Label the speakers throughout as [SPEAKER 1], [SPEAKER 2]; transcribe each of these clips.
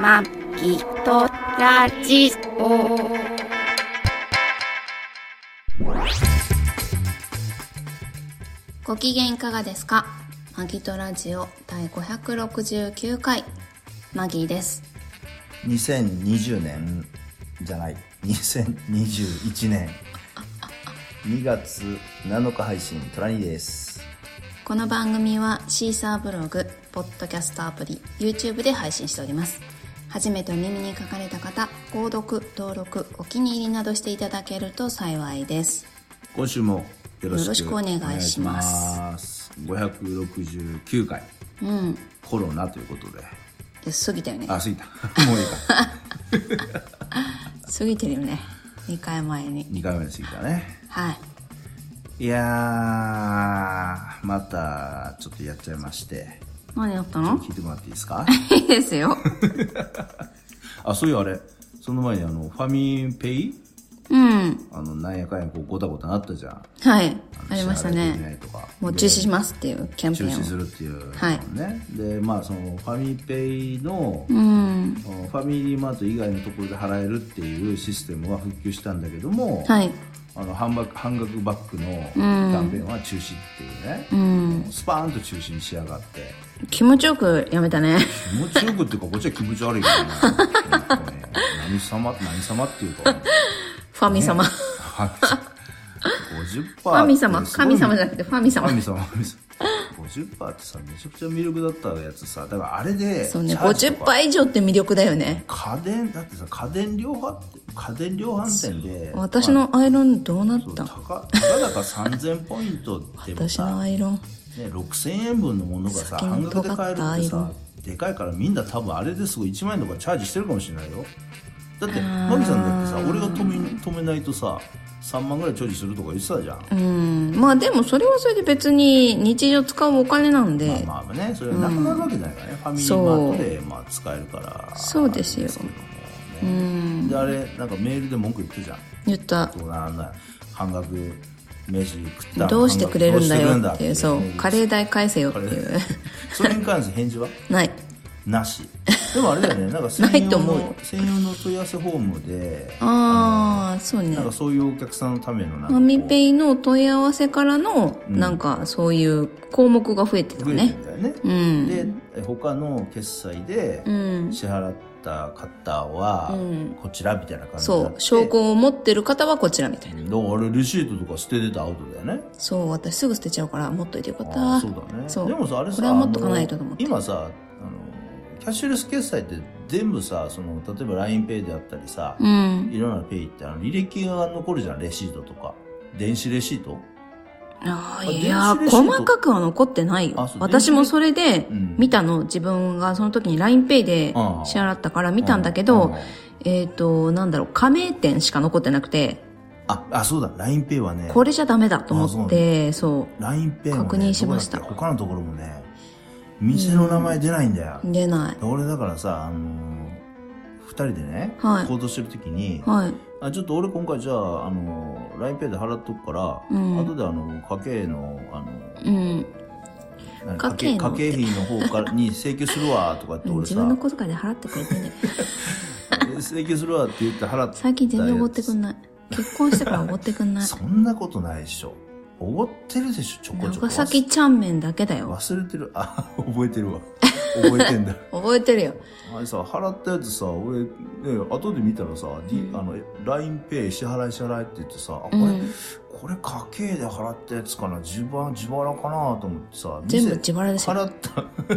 [SPEAKER 1] まきとラジオ。
[SPEAKER 2] ご機嫌いかがですかマギトラジオ第569回マギーです
[SPEAKER 3] 2020年じゃない2021年2月7日配信トラニーです
[SPEAKER 2] この番組はシーサーブログポッドキャストアプリ YouTube で配信しております初めてお耳に書かれた方購読登録お気に入りなどしていただけると幸いです
[SPEAKER 3] 今週もよろしく
[SPEAKER 2] よろしくお願いします
[SPEAKER 3] お願いします569回、コロナということ
[SPEAKER 2] い
[SPEAKER 3] で
[SPEAKER 2] や過ぎたよね
[SPEAKER 3] あ過 ぎたもういいか
[SPEAKER 2] 過ぎてるよね2回前に
[SPEAKER 3] 2回目で過ぎたね
[SPEAKER 2] はい
[SPEAKER 3] いやーまたちょっとやっちゃいまして
[SPEAKER 2] 何やったの
[SPEAKER 3] 聞いてもらっていいですか
[SPEAKER 2] いいですよ
[SPEAKER 3] あそういうあれその前にあのファミペイ
[SPEAKER 2] うん
[SPEAKER 3] あのなんやかんやこうごたごたなったじゃん
[SPEAKER 2] はいありました
[SPEAKER 3] 支払いできない
[SPEAKER 2] ね
[SPEAKER 3] とか
[SPEAKER 2] もう中止しますっていうキャンペ
[SPEAKER 3] 中
[SPEAKER 2] ーン
[SPEAKER 3] 止
[SPEAKER 2] を
[SPEAKER 3] するっていう、
[SPEAKER 2] はい
[SPEAKER 3] ねでまあそのファミペイの、
[SPEAKER 2] うん
[SPEAKER 3] ファミリーマート以外のところで払えるっていうシステムは復旧したんだけども、
[SPEAKER 2] はい
[SPEAKER 3] あの半額半額バックのキャンペーンは中止っていうね、スパーンと中止に仕上がって
[SPEAKER 2] 気持ちよくやめたね
[SPEAKER 3] 気持ちよくっていうかこっちは気持ち悪いからね本当ね何様何様っていう か、ね、
[SPEAKER 2] ファミ様、
[SPEAKER 3] 50%
[SPEAKER 2] ファミ様
[SPEAKER 3] ってすごいね
[SPEAKER 2] 神様じゃなくてファミ様
[SPEAKER 3] 神様神様50%ってさめちゃくちゃ魅力だったやつさだからあれで
[SPEAKER 2] そうね
[SPEAKER 3] チャージと
[SPEAKER 2] 50
[SPEAKER 3] か
[SPEAKER 2] 杯以上って魅力だよね
[SPEAKER 3] 家電だってさ家電量販店家電量販店で
[SPEAKER 2] 私のアイロンどうなっ
[SPEAKER 3] まあ
[SPEAKER 2] た
[SPEAKER 3] そう高高々3000ポイントでも
[SPEAKER 2] 私の
[SPEAKER 3] さ、
[SPEAKER 2] アイロン
[SPEAKER 3] ね、6000円分のものがさ
[SPEAKER 2] 先
[SPEAKER 3] 半
[SPEAKER 2] に
[SPEAKER 3] 額で買える
[SPEAKER 2] 尖ったア
[SPEAKER 3] って
[SPEAKER 2] イロ
[SPEAKER 3] さ
[SPEAKER 2] ン
[SPEAKER 3] でかいからみんな多分あれですごい1万円とかチャージしてるかもしれないよだってマミさんだってさ俺が止め止めないとさ3万ぐらいチャージするとか言ってたじゃん
[SPEAKER 2] うんまあでもそれはそれで別に日常使うお金なんで、
[SPEAKER 3] まあまあねそれはなくなるわけじゃないからね、ファミリーマートでまあ使えるから
[SPEAKER 2] そうですよ
[SPEAKER 3] あれですけどもねであれなんかメールで文句言ったじゃん
[SPEAKER 2] 言った
[SPEAKER 3] どうなんだ半額飯食った
[SPEAKER 2] どうしてくれるんだよ
[SPEAKER 3] 半額ど
[SPEAKER 2] っていうそうカ
[SPEAKER 3] ー
[SPEAKER 2] レー代返せよってい
[SPEAKER 3] カレ
[SPEAKER 2] う
[SPEAKER 3] それに関して返事は
[SPEAKER 2] ない
[SPEAKER 3] なしでもあれだよねなんか専
[SPEAKER 2] ないと
[SPEAKER 3] 用
[SPEAKER 2] 思う
[SPEAKER 3] の専用の問い合わせフォームで
[SPEAKER 2] ああそうね
[SPEAKER 3] なんかそういうお客さんのためのなんか
[SPEAKER 2] ファミペイの問い合わせからのなんかそういう項目が増えてた
[SPEAKER 3] 増えて
[SPEAKER 2] ね
[SPEAKER 3] んだよね
[SPEAKER 2] うん
[SPEAKER 3] でえ他の決済で
[SPEAKER 2] うん
[SPEAKER 3] 支払った方は
[SPEAKER 2] うん
[SPEAKER 3] こちらみたいな感じにな
[SPEAKER 2] そ
[SPEAKER 3] って
[SPEAKER 2] う証拠を持ってる方はこちらみたいな
[SPEAKER 3] だからあれレシートとか捨ててたアウトだよね
[SPEAKER 2] そう私すぐ捨てちゃうから持っといてよかっ
[SPEAKER 3] あ
[SPEAKER 2] た
[SPEAKER 3] あそうだね
[SPEAKER 2] そう
[SPEAKER 3] でもさあれさ
[SPEAKER 2] これは持っとかないとと思って
[SPEAKER 3] あの今さあのキャッシュレス決済って全部さその例えば LINEPay であったりさ、
[SPEAKER 2] うん
[SPEAKER 3] いろんなペイってあの履歴が残るじゃんレシートとか電子レシート
[SPEAKER 2] ああ
[SPEAKER 3] あ
[SPEAKER 2] いや
[SPEAKER 3] 電
[SPEAKER 2] ー
[SPEAKER 3] 子レシート
[SPEAKER 2] 細かくは残ってないよ
[SPEAKER 3] あそう
[SPEAKER 2] 私もそれで
[SPEAKER 3] うん
[SPEAKER 2] 見たの自分がその時に LINEPay で
[SPEAKER 3] ああ
[SPEAKER 2] 支払ったから見たんだけど
[SPEAKER 3] あ
[SPEAKER 2] えっ、となんだろう加盟店しか残ってなくて
[SPEAKER 3] ああそうだ LINEPay はね
[SPEAKER 2] これじゃダメだと思ってそう
[SPEAKER 3] LINEPay も、ね、
[SPEAKER 2] 確認しました
[SPEAKER 3] どこだっけ他のところもね店の名前出ないんだよ、
[SPEAKER 2] 出ない
[SPEAKER 3] 俺だからさあのー二人でね、
[SPEAKER 2] はい
[SPEAKER 3] 行動してる時に、
[SPEAKER 2] はい
[SPEAKER 3] あちょっと俺今回じゃあ、あの、LINEPay で払っとくから、
[SPEAKER 2] うん
[SPEAKER 3] 後であの、家計の、あの、
[SPEAKER 2] うん
[SPEAKER 3] 何
[SPEAKER 2] 家計の
[SPEAKER 3] 家計費の方からに請求するわ、とかって
[SPEAKER 2] うん
[SPEAKER 3] 俺
[SPEAKER 2] 自
[SPEAKER 3] さ、
[SPEAKER 2] 分の小遣いで払ってくれて んだよ
[SPEAKER 3] 請求するわって言って払って。
[SPEAKER 2] 最近全然奢ってくんない結婚してから奢ってくんない
[SPEAKER 3] そんなことないでしょ。おごってるでしょ、ちょこちょこ。
[SPEAKER 2] 長崎ちゃんめんだけだよ
[SPEAKER 3] 忘れてる。あ、覚えてるわ。覚えてんだ。
[SPEAKER 2] 覚えてるよ
[SPEAKER 3] あれさ、払ったやつさ、俺、ね、後で見たらさ、D
[SPEAKER 2] うん
[SPEAKER 3] あの、LINEPay 支払い支払いって言ってさ、あ、こ
[SPEAKER 2] う
[SPEAKER 3] れ、
[SPEAKER 2] ん
[SPEAKER 3] これ家計で払ったやつかな自腹自腹かなと思ってさ
[SPEAKER 2] 全部自
[SPEAKER 3] 店
[SPEAKER 2] 腹ですよ
[SPEAKER 3] 払っ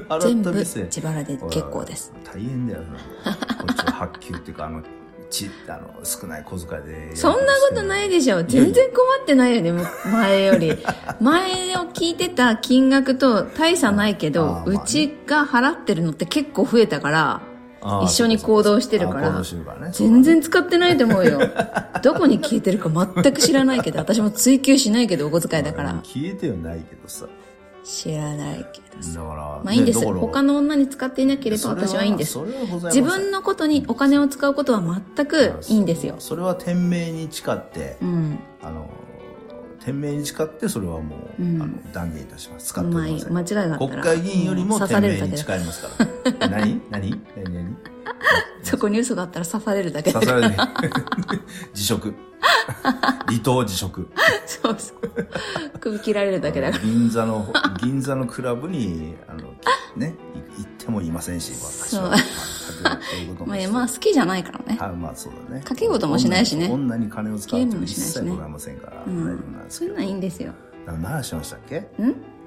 [SPEAKER 3] た
[SPEAKER 2] 全
[SPEAKER 3] 払った
[SPEAKER 2] 部
[SPEAKER 3] 店
[SPEAKER 2] 自腹で結構です
[SPEAKER 3] ほら大変だよなこっちは発給っていうかあのちあの少ない小遣いで
[SPEAKER 2] そんなことないでしょ全然困ってないよねむ前よ り前を聞いてた金額と大差ないけど、
[SPEAKER 3] あー
[SPEAKER 2] う
[SPEAKER 3] まあね
[SPEAKER 2] ちが払ってるのって結構増えたから
[SPEAKER 3] あー
[SPEAKER 2] 一緒に行動してるから
[SPEAKER 3] あー行動してるからね
[SPEAKER 2] 全然使ってないと思うよどこに消えてるか全く知らないけど私も追求しないけどお小遣いだか
[SPEAKER 3] まあ
[SPEAKER 2] ら
[SPEAKER 3] 消えてはないけどさ
[SPEAKER 2] 知らないけど
[SPEAKER 3] だから
[SPEAKER 2] まあいいんです
[SPEAKER 3] ねだから
[SPEAKER 2] 他の女に使っていなければ
[SPEAKER 3] それは
[SPEAKER 2] 私はいいんです
[SPEAKER 3] それはございま
[SPEAKER 2] 自
[SPEAKER 3] せん
[SPEAKER 2] 分のことにお金を使うことは全くいいんですよ
[SPEAKER 3] それは天命に誓って、
[SPEAKER 2] うん
[SPEAKER 3] あの天命に誓ってそれはもう、
[SPEAKER 2] うん
[SPEAKER 3] あの断言いたします使
[SPEAKER 2] う
[SPEAKER 3] っておりま
[SPEAKER 2] ま
[SPEAKER 3] せん
[SPEAKER 2] い間違いがあったら
[SPEAKER 3] 国会議員よりも
[SPEAKER 2] うん刺
[SPEAKER 3] 天
[SPEAKER 2] され
[SPEAKER 3] 命
[SPEAKER 2] るだ けだ
[SPEAKER 3] に誓いますから。何何何何
[SPEAKER 2] そこに嘘があったら刺されるだけだ
[SPEAKER 3] 刺
[SPEAKER 2] から
[SPEAKER 3] されない。 辞職。離島辞職。
[SPEAKER 2] そうそう首切られるだけ だから
[SPEAKER 3] 銀座の、銀座のクラブに、あの、ね、い行ってもいませんし、私は。全くそういうことも
[SPEAKER 2] ま
[SPEAKER 3] して
[SPEAKER 2] あ、まあ好きじゃないからね
[SPEAKER 3] あまあそうだね。
[SPEAKER 2] 賭け事もしないしね
[SPEAKER 3] 女に金を使うっていうのは一
[SPEAKER 2] ゲー
[SPEAKER 3] 切
[SPEAKER 2] ムもしないしね
[SPEAKER 3] ございませんから、
[SPEAKER 2] うん
[SPEAKER 3] 大丈夫なんです
[SPEAKER 2] そう
[SPEAKER 3] け
[SPEAKER 2] いう
[SPEAKER 3] ど。
[SPEAKER 2] のはいいんですよ
[SPEAKER 3] な何話しましたっけ
[SPEAKER 2] ん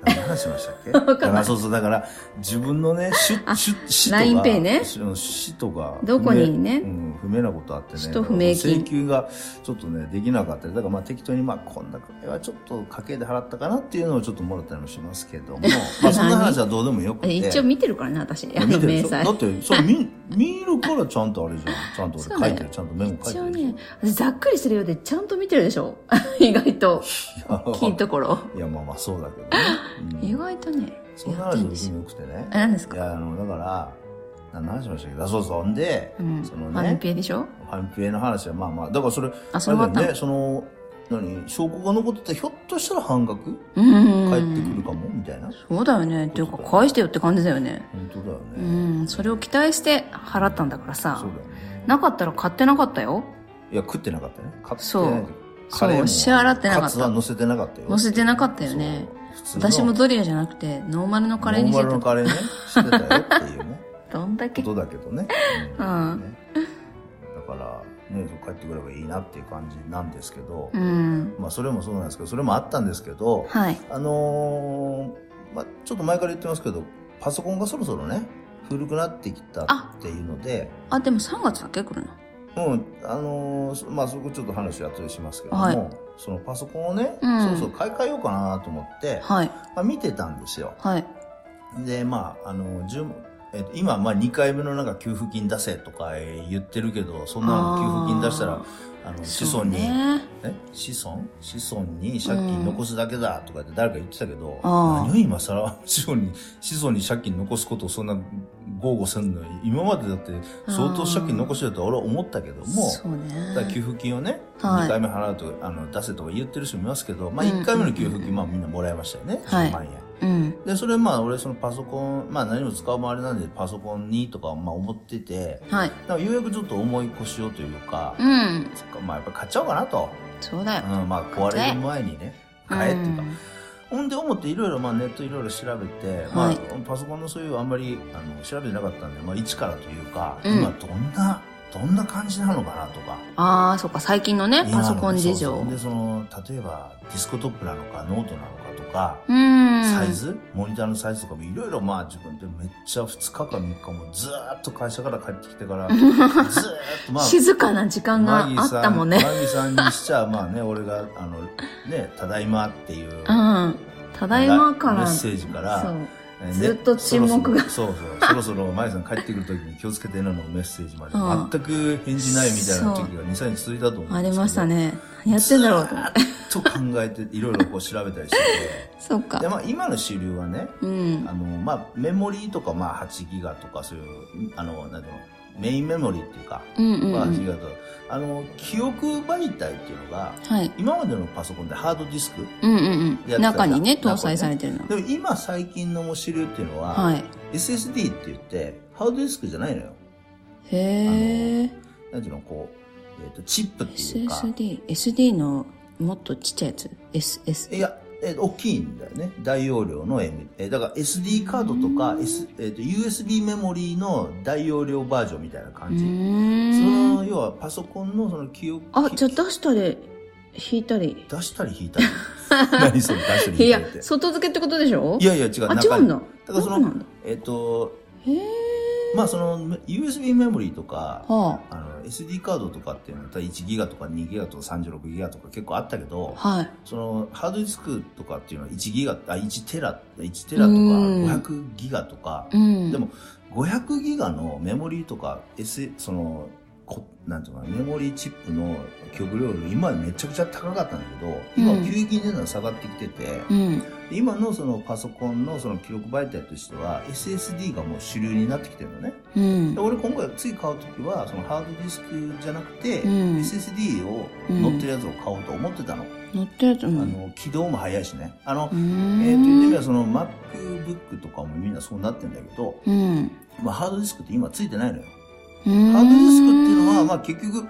[SPEAKER 3] 何話しましたっ け
[SPEAKER 2] わかんない
[SPEAKER 3] だからそうそう、だから、自分 のね、しゅ、しゅ、死とか、
[SPEAKER 2] LINEPay ね
[SPEAKER 3] し死とか、
[SPEAKER 2] どこにね
[SPEAKER 3] 不明うん、不明なことあってね、
[SPEAKER 2] 死と不明金
[SPEAKER 3] 請求がちょっとね、できなかったり、だからまあ適当に、まあこんなくらいはちょっと家計で払ったかなっていうのをちょっともらったりもしますけど も、まあそんな話はどうでもよくて。
[SPEAKER 2] 一応見てるからね私あ
[SPEAKER 3] 見
[SPEAKER 2] の
[SPEAKER 3] てる
[SPEAKER 2] 明
[SPEAKER 3] でしょ
[SPEAKER 2] 細
[SPEAKER 3] だって、そう、見、見るからちゃんとあれじゃん。ちゃんと
[SPEAKER 2] そ
[SPEAKER 3] 俺
[SPEAKER 2] うだ
[SPEAKER 3] 書
[SPEAKER 2] よ
[SPEAKER 3] いてる。ちゃんとメモ書い
[SPEAKER 2] 一
[SPEAKER 3] て
[SPEAKER 2] 応
[SPEAKER 3] る。
[SPEAKER 2] ねざっくりするようでちゃんと見てるでしょ 意外と大きいところ
[SPEAKER 3] いや、まあまあそうだけどね。 うん
[SPEAKER 2] 意外とね
[SPEAKER 3] そんな
[SPEAKER 2] やって
[SPEAKER 3] 話
[SPEAKER 2] ん
[SPEAKER 3] は
[SPEAKER 2] で
[SPEAKER 3] 別
[SPEAKER 2] す
[SPEAKER 3] に
[SPEAKER 2] よ
[SPEAKER 3] よくてね
[SPEAKER 2] え。何です
[SPEAKER 3] い
[SPEAKER 2] か
[SPEAKER 3] や、あの、だから、何の話しましたっけど、あそうそう、ほんで、
[SPEAKER 2] うんフ
[SPEAKER 3] その
[SPEAKER 2] ァミ
[SPEAKER 3] ね、
[SPEAKER 2] ピエでしょ
[SPEAKER 3] ファミピエの話はまあまあ、だからそれ、
[SPEAKER 2] あそれもあ
[SPEAKER 3] れ
[SPEAKER 2] っ
[SPEAKER 3] だ
[SPEAKER 2] た
[SPEAKER 3] よね、その、何、証拠が残ってたらひょっとしたら半額
[SPEAKER 2] うん
[SPEAKER 3] 返ってくるかもみたいな。
[SPEAKER 2] そうだよねっていうか返してよって感じだよね
[SPEAKER 3] 本当だよ
[SPEAKER 2] う
[SPEAKER 3] ね。
[SPEAKER 2] んそれを期待して払ったんだからさ
[SPEAKER 3] そうだよね。
[SPEAKER 2] なかったら買ってなかったよ
[SPEAKER 3] いや、食ってなかったね。買って
[SPEAKER 2] そう
[SPEAKER 3] ない
[SPEAKER 2] そう
[SPEAKER 3] カレーも
[SPEAKER 2] 支払ってなかった
[SPEAKER 3] カツは乗せてなかったよ。
[SPEAKER 2] 乗せてなかったよね
[SPEAKER 3] そう。普通の
[SPEAKER 2] 私もドリアじゃなくてノーマルのカレーにし
[SPEAKER 3] ノー
[SPEAKER 2] て
[SPEAKER 3] マルの
[SPEAKER 2] た
[SPEAKER 3] カレーね、してたよっていうね、
[SPEAKER 2] どんだ
[SPEAKER 3] こ
[SPEAKER 2] け
[SPEAKER 3] とだけどね。
[SPEAKER 2] うん
[SPEAKER 3] ねだから、ね、帰ってくればいいなっていう感じなんですけど、
[SPEAKER 2] うん
[SPEAKER 3] まあそれもそうなんですけど、それもあったんですけど、
[SPEAKER 2] はい
[SPEAKER 3] あのーまあちょっと前から言ってますけど、パソコンがそろそろね、古くなってきたっていうので、
[SPEAKER 2] あでも3月だけ来るの
[SPEAKER 3] うん、あのーそまあそこちょっと話は後でしますけども、
[SPEAKER 2] はい
[SPEAKER 3] そのパソコンをね、
[SPEAKER 2] うん
[SPEAKER 3] そろそろ買い替えようかなと思って、
[SPEAKER 2] はい
[SPEAKER 3] まあ見てたんですよ。
[SPEAKER 2] はい
[SPEAKER 3] で、まあ、あの、じゅんえっと、今、まあ、2回目のなんか給付金出せとかえー言ってるけど、そんな給付金出したら、あの、子
[SPEAKER 2] そ
[SPEAKER 3] 孫
[SPEAKER 2] う
[SPEAKER 3] に、
[SPEAKER 2] ね
[SPEAKER 3] え子孫子孫に借金残すだけだとかって誰か言ってたけど、
[SPEAKER 2] あー
[SPEAKER 3] 何を今更、子孫に、子孫に借金残すことをそんな豪語せんのに、今までだって相当借金残してるとは俺は思ったけども、
[SPEAKER 2] そうね
[SPEAKER 3] だから給付金をね、
[SPEAKER 2] はい
[SPEAKER 3] 2回目払うとあの出せとか言ってる人もいますけど、まあ
[SPEAKER 2] うん
[SPEAKER 3] 1回目の給付金、まあみんなもらいましたよね、
[SPEAKER 2] はい
[SPEAKER 3] 10万円。
[SPEAKER 2] うん
[SPEAKER 3] で、それまあ俺そのパソコン、まあ何も使うもあれなんでパソコンにとかまあ思ってて、
[SPEAKER 2] はい
[SPEAKER 3] だからようやくちょっと重い腰をというか、
[SPEAKER 2] うん
[SPEAKER 3] そっかまあやっぱ買っちゃおうかなと。
[SPEAKER 2] そうだよ
[SPEAKER 3] うん、まあ壊れる前にね、買えっていうか。
[SPEAKER 2] ん
[SPEAKER 3] ほんで思っていろいろまあネットいろいろ調べて、
[SPEAKER 2] はい
[SPEAKER 3] まあパソコンのそういうあんまりあの調べてなかったんで、まあ一からというか、
[SPEAKER 2] うん
[SPEAKER 3] 今どんな、どんな感じなのかなとか。
[SPEAKER 2] ああそっか最近のね
[SPEAKER 3] 今
[SPEAKER 2] パ
[SPEAKER 3] の
[SPEAKER 2] ソコン事
[SPEAKER 3] そう
[SPEAKER 2] 情
[SPEAKER 3] そうで、その、例えばディスコトップなのかノートなのかとか、
[SPEAKER 2] うん
[SPEAKER 3] サイズ、モニターのサイズとかもいろいろまあ自分でめっちゃ2日か3日もずーっと会社から帰ってきてか ら、ずーっとまあ、
[SPEAKER 2] 静かな時間があったもんね
[SPEAKER 3] マギさんマギさんにしちゃ、まあね、俺が、あの、 ね、ただいまっていう、
[SPEAKER 2] う
[SPEAKER 3] メ
[SPEAKER 2] んただいまから
[SPEAKER 3] ッセージから、
[SPEAKER 2] そう
[SPEAKER 3] ね
[SPEAKER 2] ずっと沈黙が
[SPEAKER 3] そろそろそうそう、そろそろマギさん帰ってくるときに気をつけてなのメッセージまで、
[SPEAKER 2] うん
[SPEAKER 3] 全く返事ないみたいな時が2、3日続いたと思うんですけど
[SPEAKER 2] ありました。ね何やってんだろうと思って
[SPEAKER 3] ずーっと考えて、いろいろこう調べたりして
[SPEAKER 2] そう
[SPEAKER 3] て、で、
[SPEAKER 2] か
[SPEAKER 3] まあ今の主流はね、
[SPEAKER 2] うん
[SPEAKER 3] あの、まあ、メモリーとか、まあ、8ギガとか、そういう、あの、なんていうの、メインメモリーっていうか、
[SPEAKER 2] うんうん
[SPEAKER 3] まあ、
[SPEAKER 2] う
[SPEAKER 3] 8ギ
[SPEAKER 2] ん
[SPEAKER 3] ガと、あの、記憶媒体っていうのが、
[SPEAKER 2] はい
[SPEAKER 3] 今までのパソコンでハードディスク
[SPEAKER 2] うんうん
[SPEAKER 3] や
[SPEAKER 2] う
[SPEAKER 3] つ
[SPEAKER 2] ん中にね
[SPEAKER 3] 中にね
[SPEAKER 2] 搭載されてるの
[SPEAKER 3] でも今最近の主流っていうのは、
[SPEAKER 2] はい
[SPEAKER 3] SSD って言って、ハードディスクじゃないのよ。
[SPEAKER 2] へえ
[SPEAKER 3] なんていうの、こう、えっ、と、チップっていうか、
[SPEAKER 2] SSD SD のもっとちっちゃいやつ SS
[SPEAKER 3] いや、えー大きいんだよね。大容量の M。えーだから SD カードとか、S えーと USB メモリーの大容量バージョンみたいな
[SPEAKER 2] う
[SPEAKER 3] 感じ。そ
[SPEAKER 2] ー
[SPEAKER 3] の
[SPEAKER 2] ん
[SPEAKER 3] 要はパソコンのその記憶
[SPEAKER 2] あじゃあ
[SPEAKER 3] き
[SPEAKER 2] 出したり引いたり
[SPEAKER 3] 出したり引いたり何それ出したり
[SPEAKER 2] い
[SPEAKER 3] 引い
[SPEAKER 2] や
[SPEAKER 3] たりって
[SPEAKER 2] 外付けってことでしょ
[SPEAKER 3] いやいや違う
[SPEAKER 2] あ
[SPEAKER 3] 中
[SPEAKER 2] 違
[SPEAKER 3] に
[SPEAKER 2] うんだ
[SPEAKER 3] だからそ
[SPEAKER 2] そうな
[SPEAKER 3] の
[SPEAKER 2] んだ
[SPEAKER 3] えっ、と
[SPEAKER 2] へえ
[SPEAKER 3] まあその USB メモリーとか
[SPEAKER 2] は
[SPEAKER 3] あの SD カードとかっていうのは1ギガとか2ギガとか36ギガとか結構あったけど
[SPEAKER 2] あはい
[SPEAKER 3] そのハードディスクとかっていうのは1ギガあ1テラ1テラとか
[SPEAKER 2] うん
[SPEAKER 3] 500ギガとか
[SPEAKER 2] うん
[SPEAKER 3] でも500ギガのメモリーとか、S、その、こなんていうのかな、メモリーチップの記憶量より今めちゃくちゃ高かったんだけど、今
[SPEAKER 2] うん
[SPEAKER 3] 急激にのは下がってきてて、
[SPEAKER 2] うん
[SPEAKER 3] 今のそのパソコンのその記録媒体としては SSD がもう主流になってきてるのね。
[SPEAKER 2] うん
[SPEAKER 3] で俺今回次買うときは、そのハードディスクじゃなくて、
[SPEAKER 2] うん
[SPEAKER 3] SSD を乗ってるやつを買おうと思ってたの。
[SPEAKER 2] 乗ってるやつも
[SPEAKER 3] あの、起動も早いしね。あ
[SPEAKER 2] う、
[SPEAKER 3] のえっ、と、言ってみれば
[SPEAKER 2] ん
[SPEAKER 3] その MacBook とかもみんなそうなってんだけど、
[SPEAKER 2] うん
[SPEAKER 3] まあ、ハードディスクって今ついてないのよ。
[SPEAKER 2] うーん
[SPEAKER 3] ハードディスクっていうのは、まあ結局、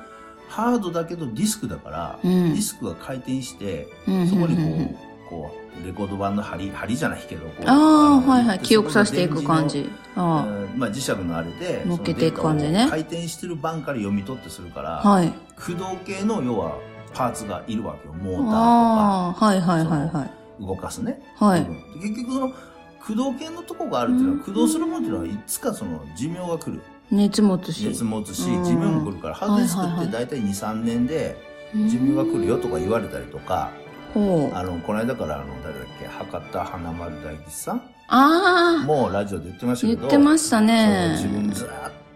[SPEAKER 3] ハードだけどディスクだから、
[SPEAKER 2] うん
[SPEAKER 3] ディスクが回転して、
[SPEAKER 2] うん
[SPEAKER 3] そこに
[SPEAKER 2] うんうんうん
[SPEAKER 3] こう、こう、レコード版の針、針じゃないけど、こう
[SPEAKER 2] あ
[SPEAKER 3] の
[SPEAKER 2] あ、はいはい。
[SPEAKER 3] で
[SPEAKER 2] 記憶させていく感
[SPEAKER 3] そこ
[SPEAKER 2] じ。
[SPEAKER 3] の電
[SPEAKER 2] あ
[SPEAKER 3] 磁の。うんまあ磁石のあれで、
[SPEAKER 2] 乗っけていく
[SPEAKER 3] そのデータを
[SPEAKER 2] 感じね
[SPEAKER 3] 回転してる版から読み取ってするから、
[SPEAKER 2] あ。はい。
[SPEAKER 3] 駆動系の要はパーツがいるわけよ。モーター
[SPEAKER 2] ああ、はいはいはいはい。
[SPEAKER 3] とか、動かすね。
[SPEAKER 2] はい
[SPEAKER 3] 部。分結局その、駆動系のとこがあるっていうのは、駆動するものっていうのは、いつかその寿命が来る。
[SPEAKER 2] 熱持つし。
[SPEAKER 3] 熱持つし、
[SPEAKER 2] うん
[SPEAKER 3] 寿命も来るから、ハードディスクって大体2、3年で寿命が来るよとか言われたりとか、
[SPEAKER 2] ほう。
[SPEAKER 3] あの、この間からあの、誰だっけ、博多華丸大吉さん
[SPEAKER 2] ああ、
[SPEAKER 3] もうラジオで言ってましたけ
[SPEAKER 2] 言
[SPEAKER 3] ど、
[SPEAKER 2] ってましたね。
[SPEAKER 3] そう自分ずっ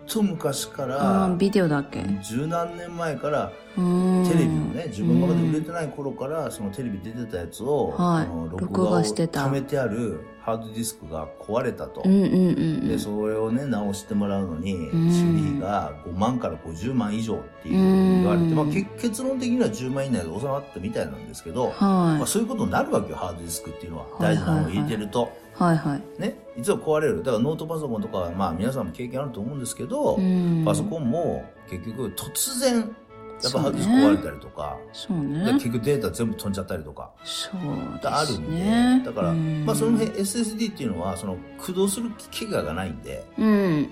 [SPEAKER 3] と昔か
[SPEAKER 2] あ
[SPEAKER 3] ら
[SPEAKER 2] ー、ビデオだっけ。
[SPEAKER 3] 十何年前から、
[SPEAKER 2] うーん
[SPEAKER 3] テレビのね、自分がまだ売れてない頃から、そのテレビ出てたやつを、
[SPEAKER 2] はい
[SPEAKER 3] あの
[SPEAKER 2] 録画してた
[SPEAKER 3] 溜めてあるハードディスクが壊れたと。
[SPEAKER 2] うんうんうんう
[SPEAKER 3] で、
[SPEAKER 2] ん。
[SPEAKER 3] それをね、直してもらうのに、
[SPEAKER 2] ん
[SPEAKER 3] CD が5万から50万以上っていうふうに言われて、
[SPEAKER 2] うん
[SPEAKER 3] まあけ結論的には10万以内で収まったみたいなんですけど、まあ、
[SPEAKER 2] は
[SPEAKER 3] そういうことになるわけよ、ハードディスクっていうのは。
[SPEAKER 2] はい
[SPEAKER 3] 大事なものを入れてると。
[SPEAKER 2] い。はいはい。
[SPEAKER 3] ね、いつは壊れる。だからノートパソコンとかは、まあ皆さんも経験あると思うんですけど、
[SPEAKER 2] うん
[SPEAKER 3] パソコンも結局突然、やっぱハードディスク
[SPEAKER 2] そうね
[SPEAKER 3] 壊れたりとか、
[SPEAKER 2] そう
[SPEAKER 3] で
[SPEAKER 2] ね。
[SPEAKER 3] 結局データ全部飛んじゃったりとか、
[SPEAKER 2] そう
[SPEAKER 3] あ
[SPEAKER 2] で
[SPEAKER 3] る
[SPEAKER 2] す
[SPEAKER 3] んで、
[SPEAKER 2] ね。
[SPEAKER 3] だから、
[SPEAKER 2] うん
[SPEAKER 3] まあその辺 SSD っていうのは、その駆動する機械がないんで、
[SPEAKER 2] うん。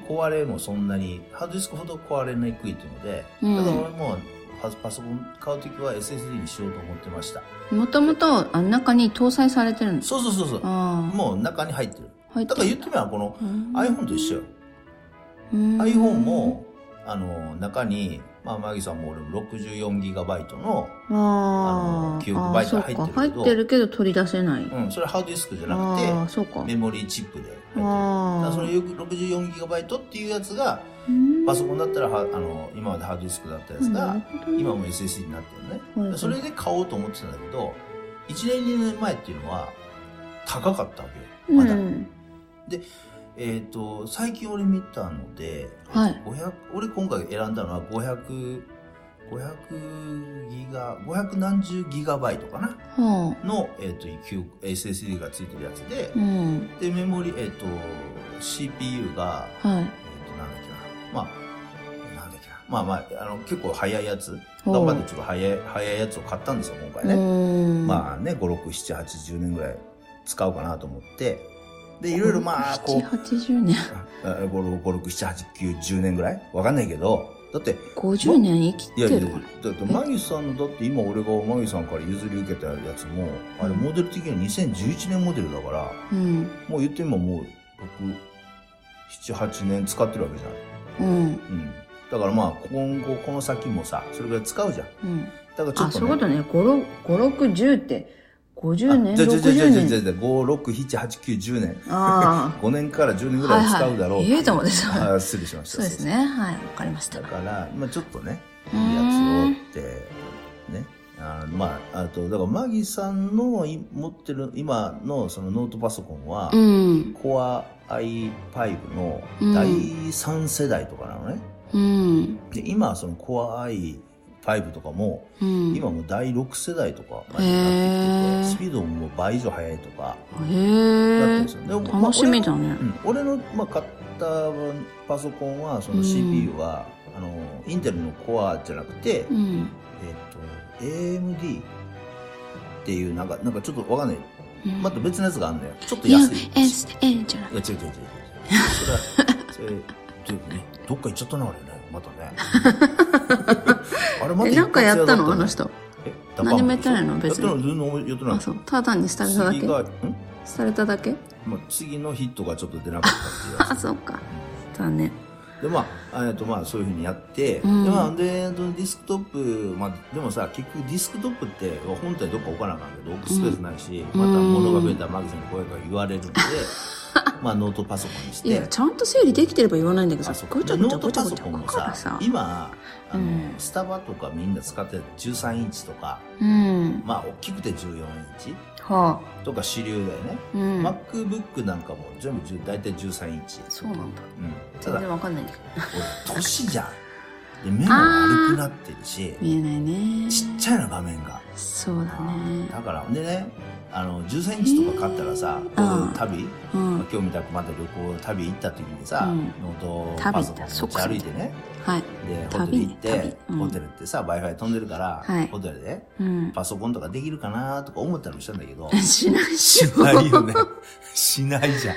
[SPEAKER 3] 壊れもそんなに、ハードディスクほど壊れにくいっていうので、
[SPEAKER 2] うん
[SPEAKER 3] だから俺もパパソコン買うときは SSD にしようと思ってました。
[SPEAKER 2] もともと、あ中に搭載されてるんです。
[SPEAKER 3] そうそうそうそう。
[SPEAKER 2] あ
[SPEAKER 3] もう中に入ってる。
[SPEAKER 2] あ。入
[SPEAKER 3] だから言ってみればこの
[SPEAKER 2] うん、
[SPEAKER 3] iPhone と一緒よ。
[SPEAKER 2] うん
[SPEAKER 3] iPhone も、あの、中に、まあ、マギさんも俺も 64GB の、
[SPEAKER 2] あ
[SPEAKER 3] あの
[SPEAKER 2] ー
[SPEAKER 3] 記憶媒体入ってるけど
[SPEAKER 2] あーそうか入ってるけど取り出せない、
[SPEAKER 3] うん、それハードディスクじゃなくて、
[SPEAKER 2] ああそうか
[SPEAKER 3] メモリーチップで入ってる。だ
[SPEAKER 2] あー
[SPEAKER 3] からそれよく 64GB っていうやつが、
[SPEAKER 2] うん
[SPEAKER 3] パソコンだったらは、あの、今までハードディスクだったやつ
[SPEAKER 2] なる
[SPEAKER 3] が、
[SPEAKER 2] ほどね
[SPEAKER 3] 今も SSD になってるね。
[SPEAKER 2] はいはい
[SPEAKER 3] でそれで買おうと思ってたんだけど、1年、2年前っていうのは、高かったわけよ。まだ。
[SPEAKER 2] うん
[SPEAKER 3] えっ、と、最近俺見たので、
[SPEAKER 2] はい
[SPEAKER 3] 500俺今回選んだのは500、500ギガ、500何十ギガバイトかな
[SPEAKER 2] は
[SPEAKER 3] の、えっ、と、記憶 SSD がついてるやつで
[SPEAKER 2] あ、うん
[SPEAKER 3] で、メモリ、えっ、と、CPU
[SPEAKER 2] は
[SPEAKER 3] が、
[SPEAKER 2] い
[SPEAKER 3] えっ、と、なんだっけな、まあ、なんだっけな、まあまあ、あの、結構早いやつ、
[SPEAKER 2] ほう
[SPEAKER 3] 頑張ってちょっと早い、早いやつを買ったんですよ、今回ね。
[SPEAKER 2] うん
[SPEAKER 3] まあね、5、6、7、8、10年ぐらい使おうかなと思って、で、いろいろまあ、こう、
[SPEAKER 2] 780年
[SPEAKER 3] 567890年ぐらいわかんないけどだって
[SPEAKER 2] 50年生き
[SPEAKER 3] いやいや
[SPEAKER 2] てるから
[SPEAKER 3] だってマギさんのだって今俺がマギさんから譲り受けたやつもあれ
[SPEAKER 2] うん
[SPEAKER 3] モデル的には2011年モデルだから
[SPEAKER 2] うん
[SPEAKER 3] もう言ってももう678年使ってるわけじゃない、
[SPEAKER 2] うん
[SPEAKER 3] うん、だからまあ今後この先もさそれぐらい使うじゃん
[SPEAKER 2] うん
[SPEAKER 3] だからちょ
[SPEAKER 2] あ
[SPEAKER 3] っと、
[SPEAKER 2] そう
[SPEAKER 3] ね、
[SPEAKER 2] いうことね5610って50年
[SPEAKER 3] じゃじゃじゃじゃじゃじゃ
[SPEAKER 2] 60年
[SPEAKER 3] じゃ5678910年
[SPEAKER 2] あ
[SPEAKER 3] 5年から10年
[SPEAKER 2] あ
[SPEAKER 3] ぐらい使うだろう
[SPEAKER 2] はいはい、
[SPEAKER 3] っていう、
[SPEAKER 2] ええと思ってさ
[SPEAKER 3] あー失礼しました
[SPEAKER 2] そうですねはいわかりました
[SPEAKER 3] だから、まあ、ちょっとね、い
[SPEAKER 2] うん
[SPEAKER 3] いやつをって、ね。あのまあ、あと、だから、マギさんのい持ってる、今のそのノートパソコンは、
[SPEAKER 2] うん
[SPEAKER 3] コア i5 の
[SPEAKER 2] うん
[SPEAKER 3] 第3世代とかなのね。
[SPEAKER 2] うん
[SPEAKER 3] で、今、そのコア i5 とかも、
[SPEAKER 2] うん
[SPEAKER 3] 今もう第6世代とかまで
[SPEAKER 2] へー
[SPEAKER 3] なってきてて、スピードももう倍以上速いとか、なってる
[SPEAKER 2] へ
[SPEAKER 3] ん
[SPEAKER 2] え
[SPEAKER 3] ですよ。でもまあ
[SPEAKER 2] 楽しみだね
[SPEAKER 3] うん、俺の、まあ、買ったパソコンはその
[SPEAKER 2] うん
[SPEAKER 3] CPU は、あのインテルのコアじゃなくて、
[SPEAKER 2] うん
[SPEAKER 3] えっと AMD っていうなんかなんかちょっとわかんない
[SPEAKER 2] うん
[SPEAKER 3] また別のやつがあるのよちょっと安いいや違
[SPEAKER 2] USA じゃないう
[SPEAKER 3] 違う違う違うそれはそれちょっとねどっか行っちゃったな俺ねまたねあれまた
[SPEAKER 2] え
[SPEAKER 3] 一発屋だったね
[SPEAKER 2] なんかやったのあの人
[SPEAKER 3] え
[SPEAKER 2] 何にもやってないの別に
[SPEAKER 3] やってない全然やってない
[SPEAKER 2] あそうただ単に廃れただけ
[SPEAKER 3] 次がん、
[SPEAKER 2] 廃れただけ
[SPEAKER 3] まあ、次のヒットがちょっと出なかったっていうやつ
[SPEAKER 2] あそうかだね
[SPEAKER 3] でまあ、えっとまあそういうふうにやって、
[SPEAKER 2] うん
[SPEAKER 3] でまあであとディスクトップ、まあ、でもさ結局ディスクトップって本体どっか置かなあかんけど置くスペースないし、
[SPEAKER 2] うん
[SPEAKER 3] また物が増えたらマグさんに声が言わ れるんで、まあノートパソコンにし
[SPEAKER 2] いや
[SPEAKER 3] て。
[SPEAKER 2] ちゃんと整理できてれば言わないんだけど
[SPEAKER 3] あ
[SPEAKER 2] さ
[SPEAKER 3] そう
[SPEAKER 2] ごちゃご
[SPEAKER 3] ノ
[SPEAKER 2] ちゃ
[SPEAKER 3] ート
[SPEAKER 2] ごちゃ
[SPEAKER 3] パ
[SPEAKER 2] ご
[SPEAKER 3] ソ
[SPEAKER 2] ちゃ
[SPEAKER 3] コン
[SPEAKER 2] だ
[SPEAKER 3] も
[SPEAKER 2] から
[SPEAKER 3] さ
[SPEAKER 2] さ
[SPEAKER 3] 今あの、
[SPEAKER 2] うん
[SPEAKER 3] スタバとかみんな使ってる13インチとか
[SPEAKER 2] うん
[SPEAKER 3] まあ大きくて14インチ
[SPEAKER 2] は
[SPEAKER 3] とか主流だよね、
[SPEAKER 2] あうん
[SPEAKER 3] MacBook なんかも全部10大体13インチ、
[SPEAKER 2] そうなんだ
[SPEAKER 3] うん、た
[SPEAKER 2] 全
[SPEAKER 3] だ
[SPEAKER 2] 然わかんないんだけど
[SPEAKER 3] 俺年じゃんで目も悪くなってるし
[SPEAKER 2] 見えないね
[SPEAKER 3] ちっちゃいな画面が
[SPEAKER 2] そうだね
[SPEAKER 3] だからでねあの13日とか買ったらさ、
[SPEAKER 2] うん
[SPEAKER 3] こういう旅、
[SPEAKER 2] うん
[SPEAKER 3] まあ今日みたくまた旅行旅行った時にさ、
[SPEAKER 2] うん
[SPEAKER 3] ノート
[SPEAKER 2] 旅
[SPEAKER 3] パソコン持
[SPEAKER 2] そっ
[SPEAKER 3] ち
[SPEAKER 2] か
[SPEAKER 3] 歩いてね
[SPEAKER 2] はい。
[SPEAKER 3] でホテ
[SPEAKER 2] 旅
[SPEAKER 3] ル行っ
[SPEAKER 2] ね
[SPEAKER 3] て、
[SPEAKER 2] 旅うん
[SPEAKER 3] ホテルってさ w i f i 飛んでるから、
[SPEAKER 2] はい
[SPEAKER 3] ホテルで
[SPEAKER 2] うん。
[SPEAKER 3] パソコンとかできるかなとか思ったりもしたんだけど
[SPEAKER 2] しないっしょ。
[SPEAKER 3] ないよねしない じゃん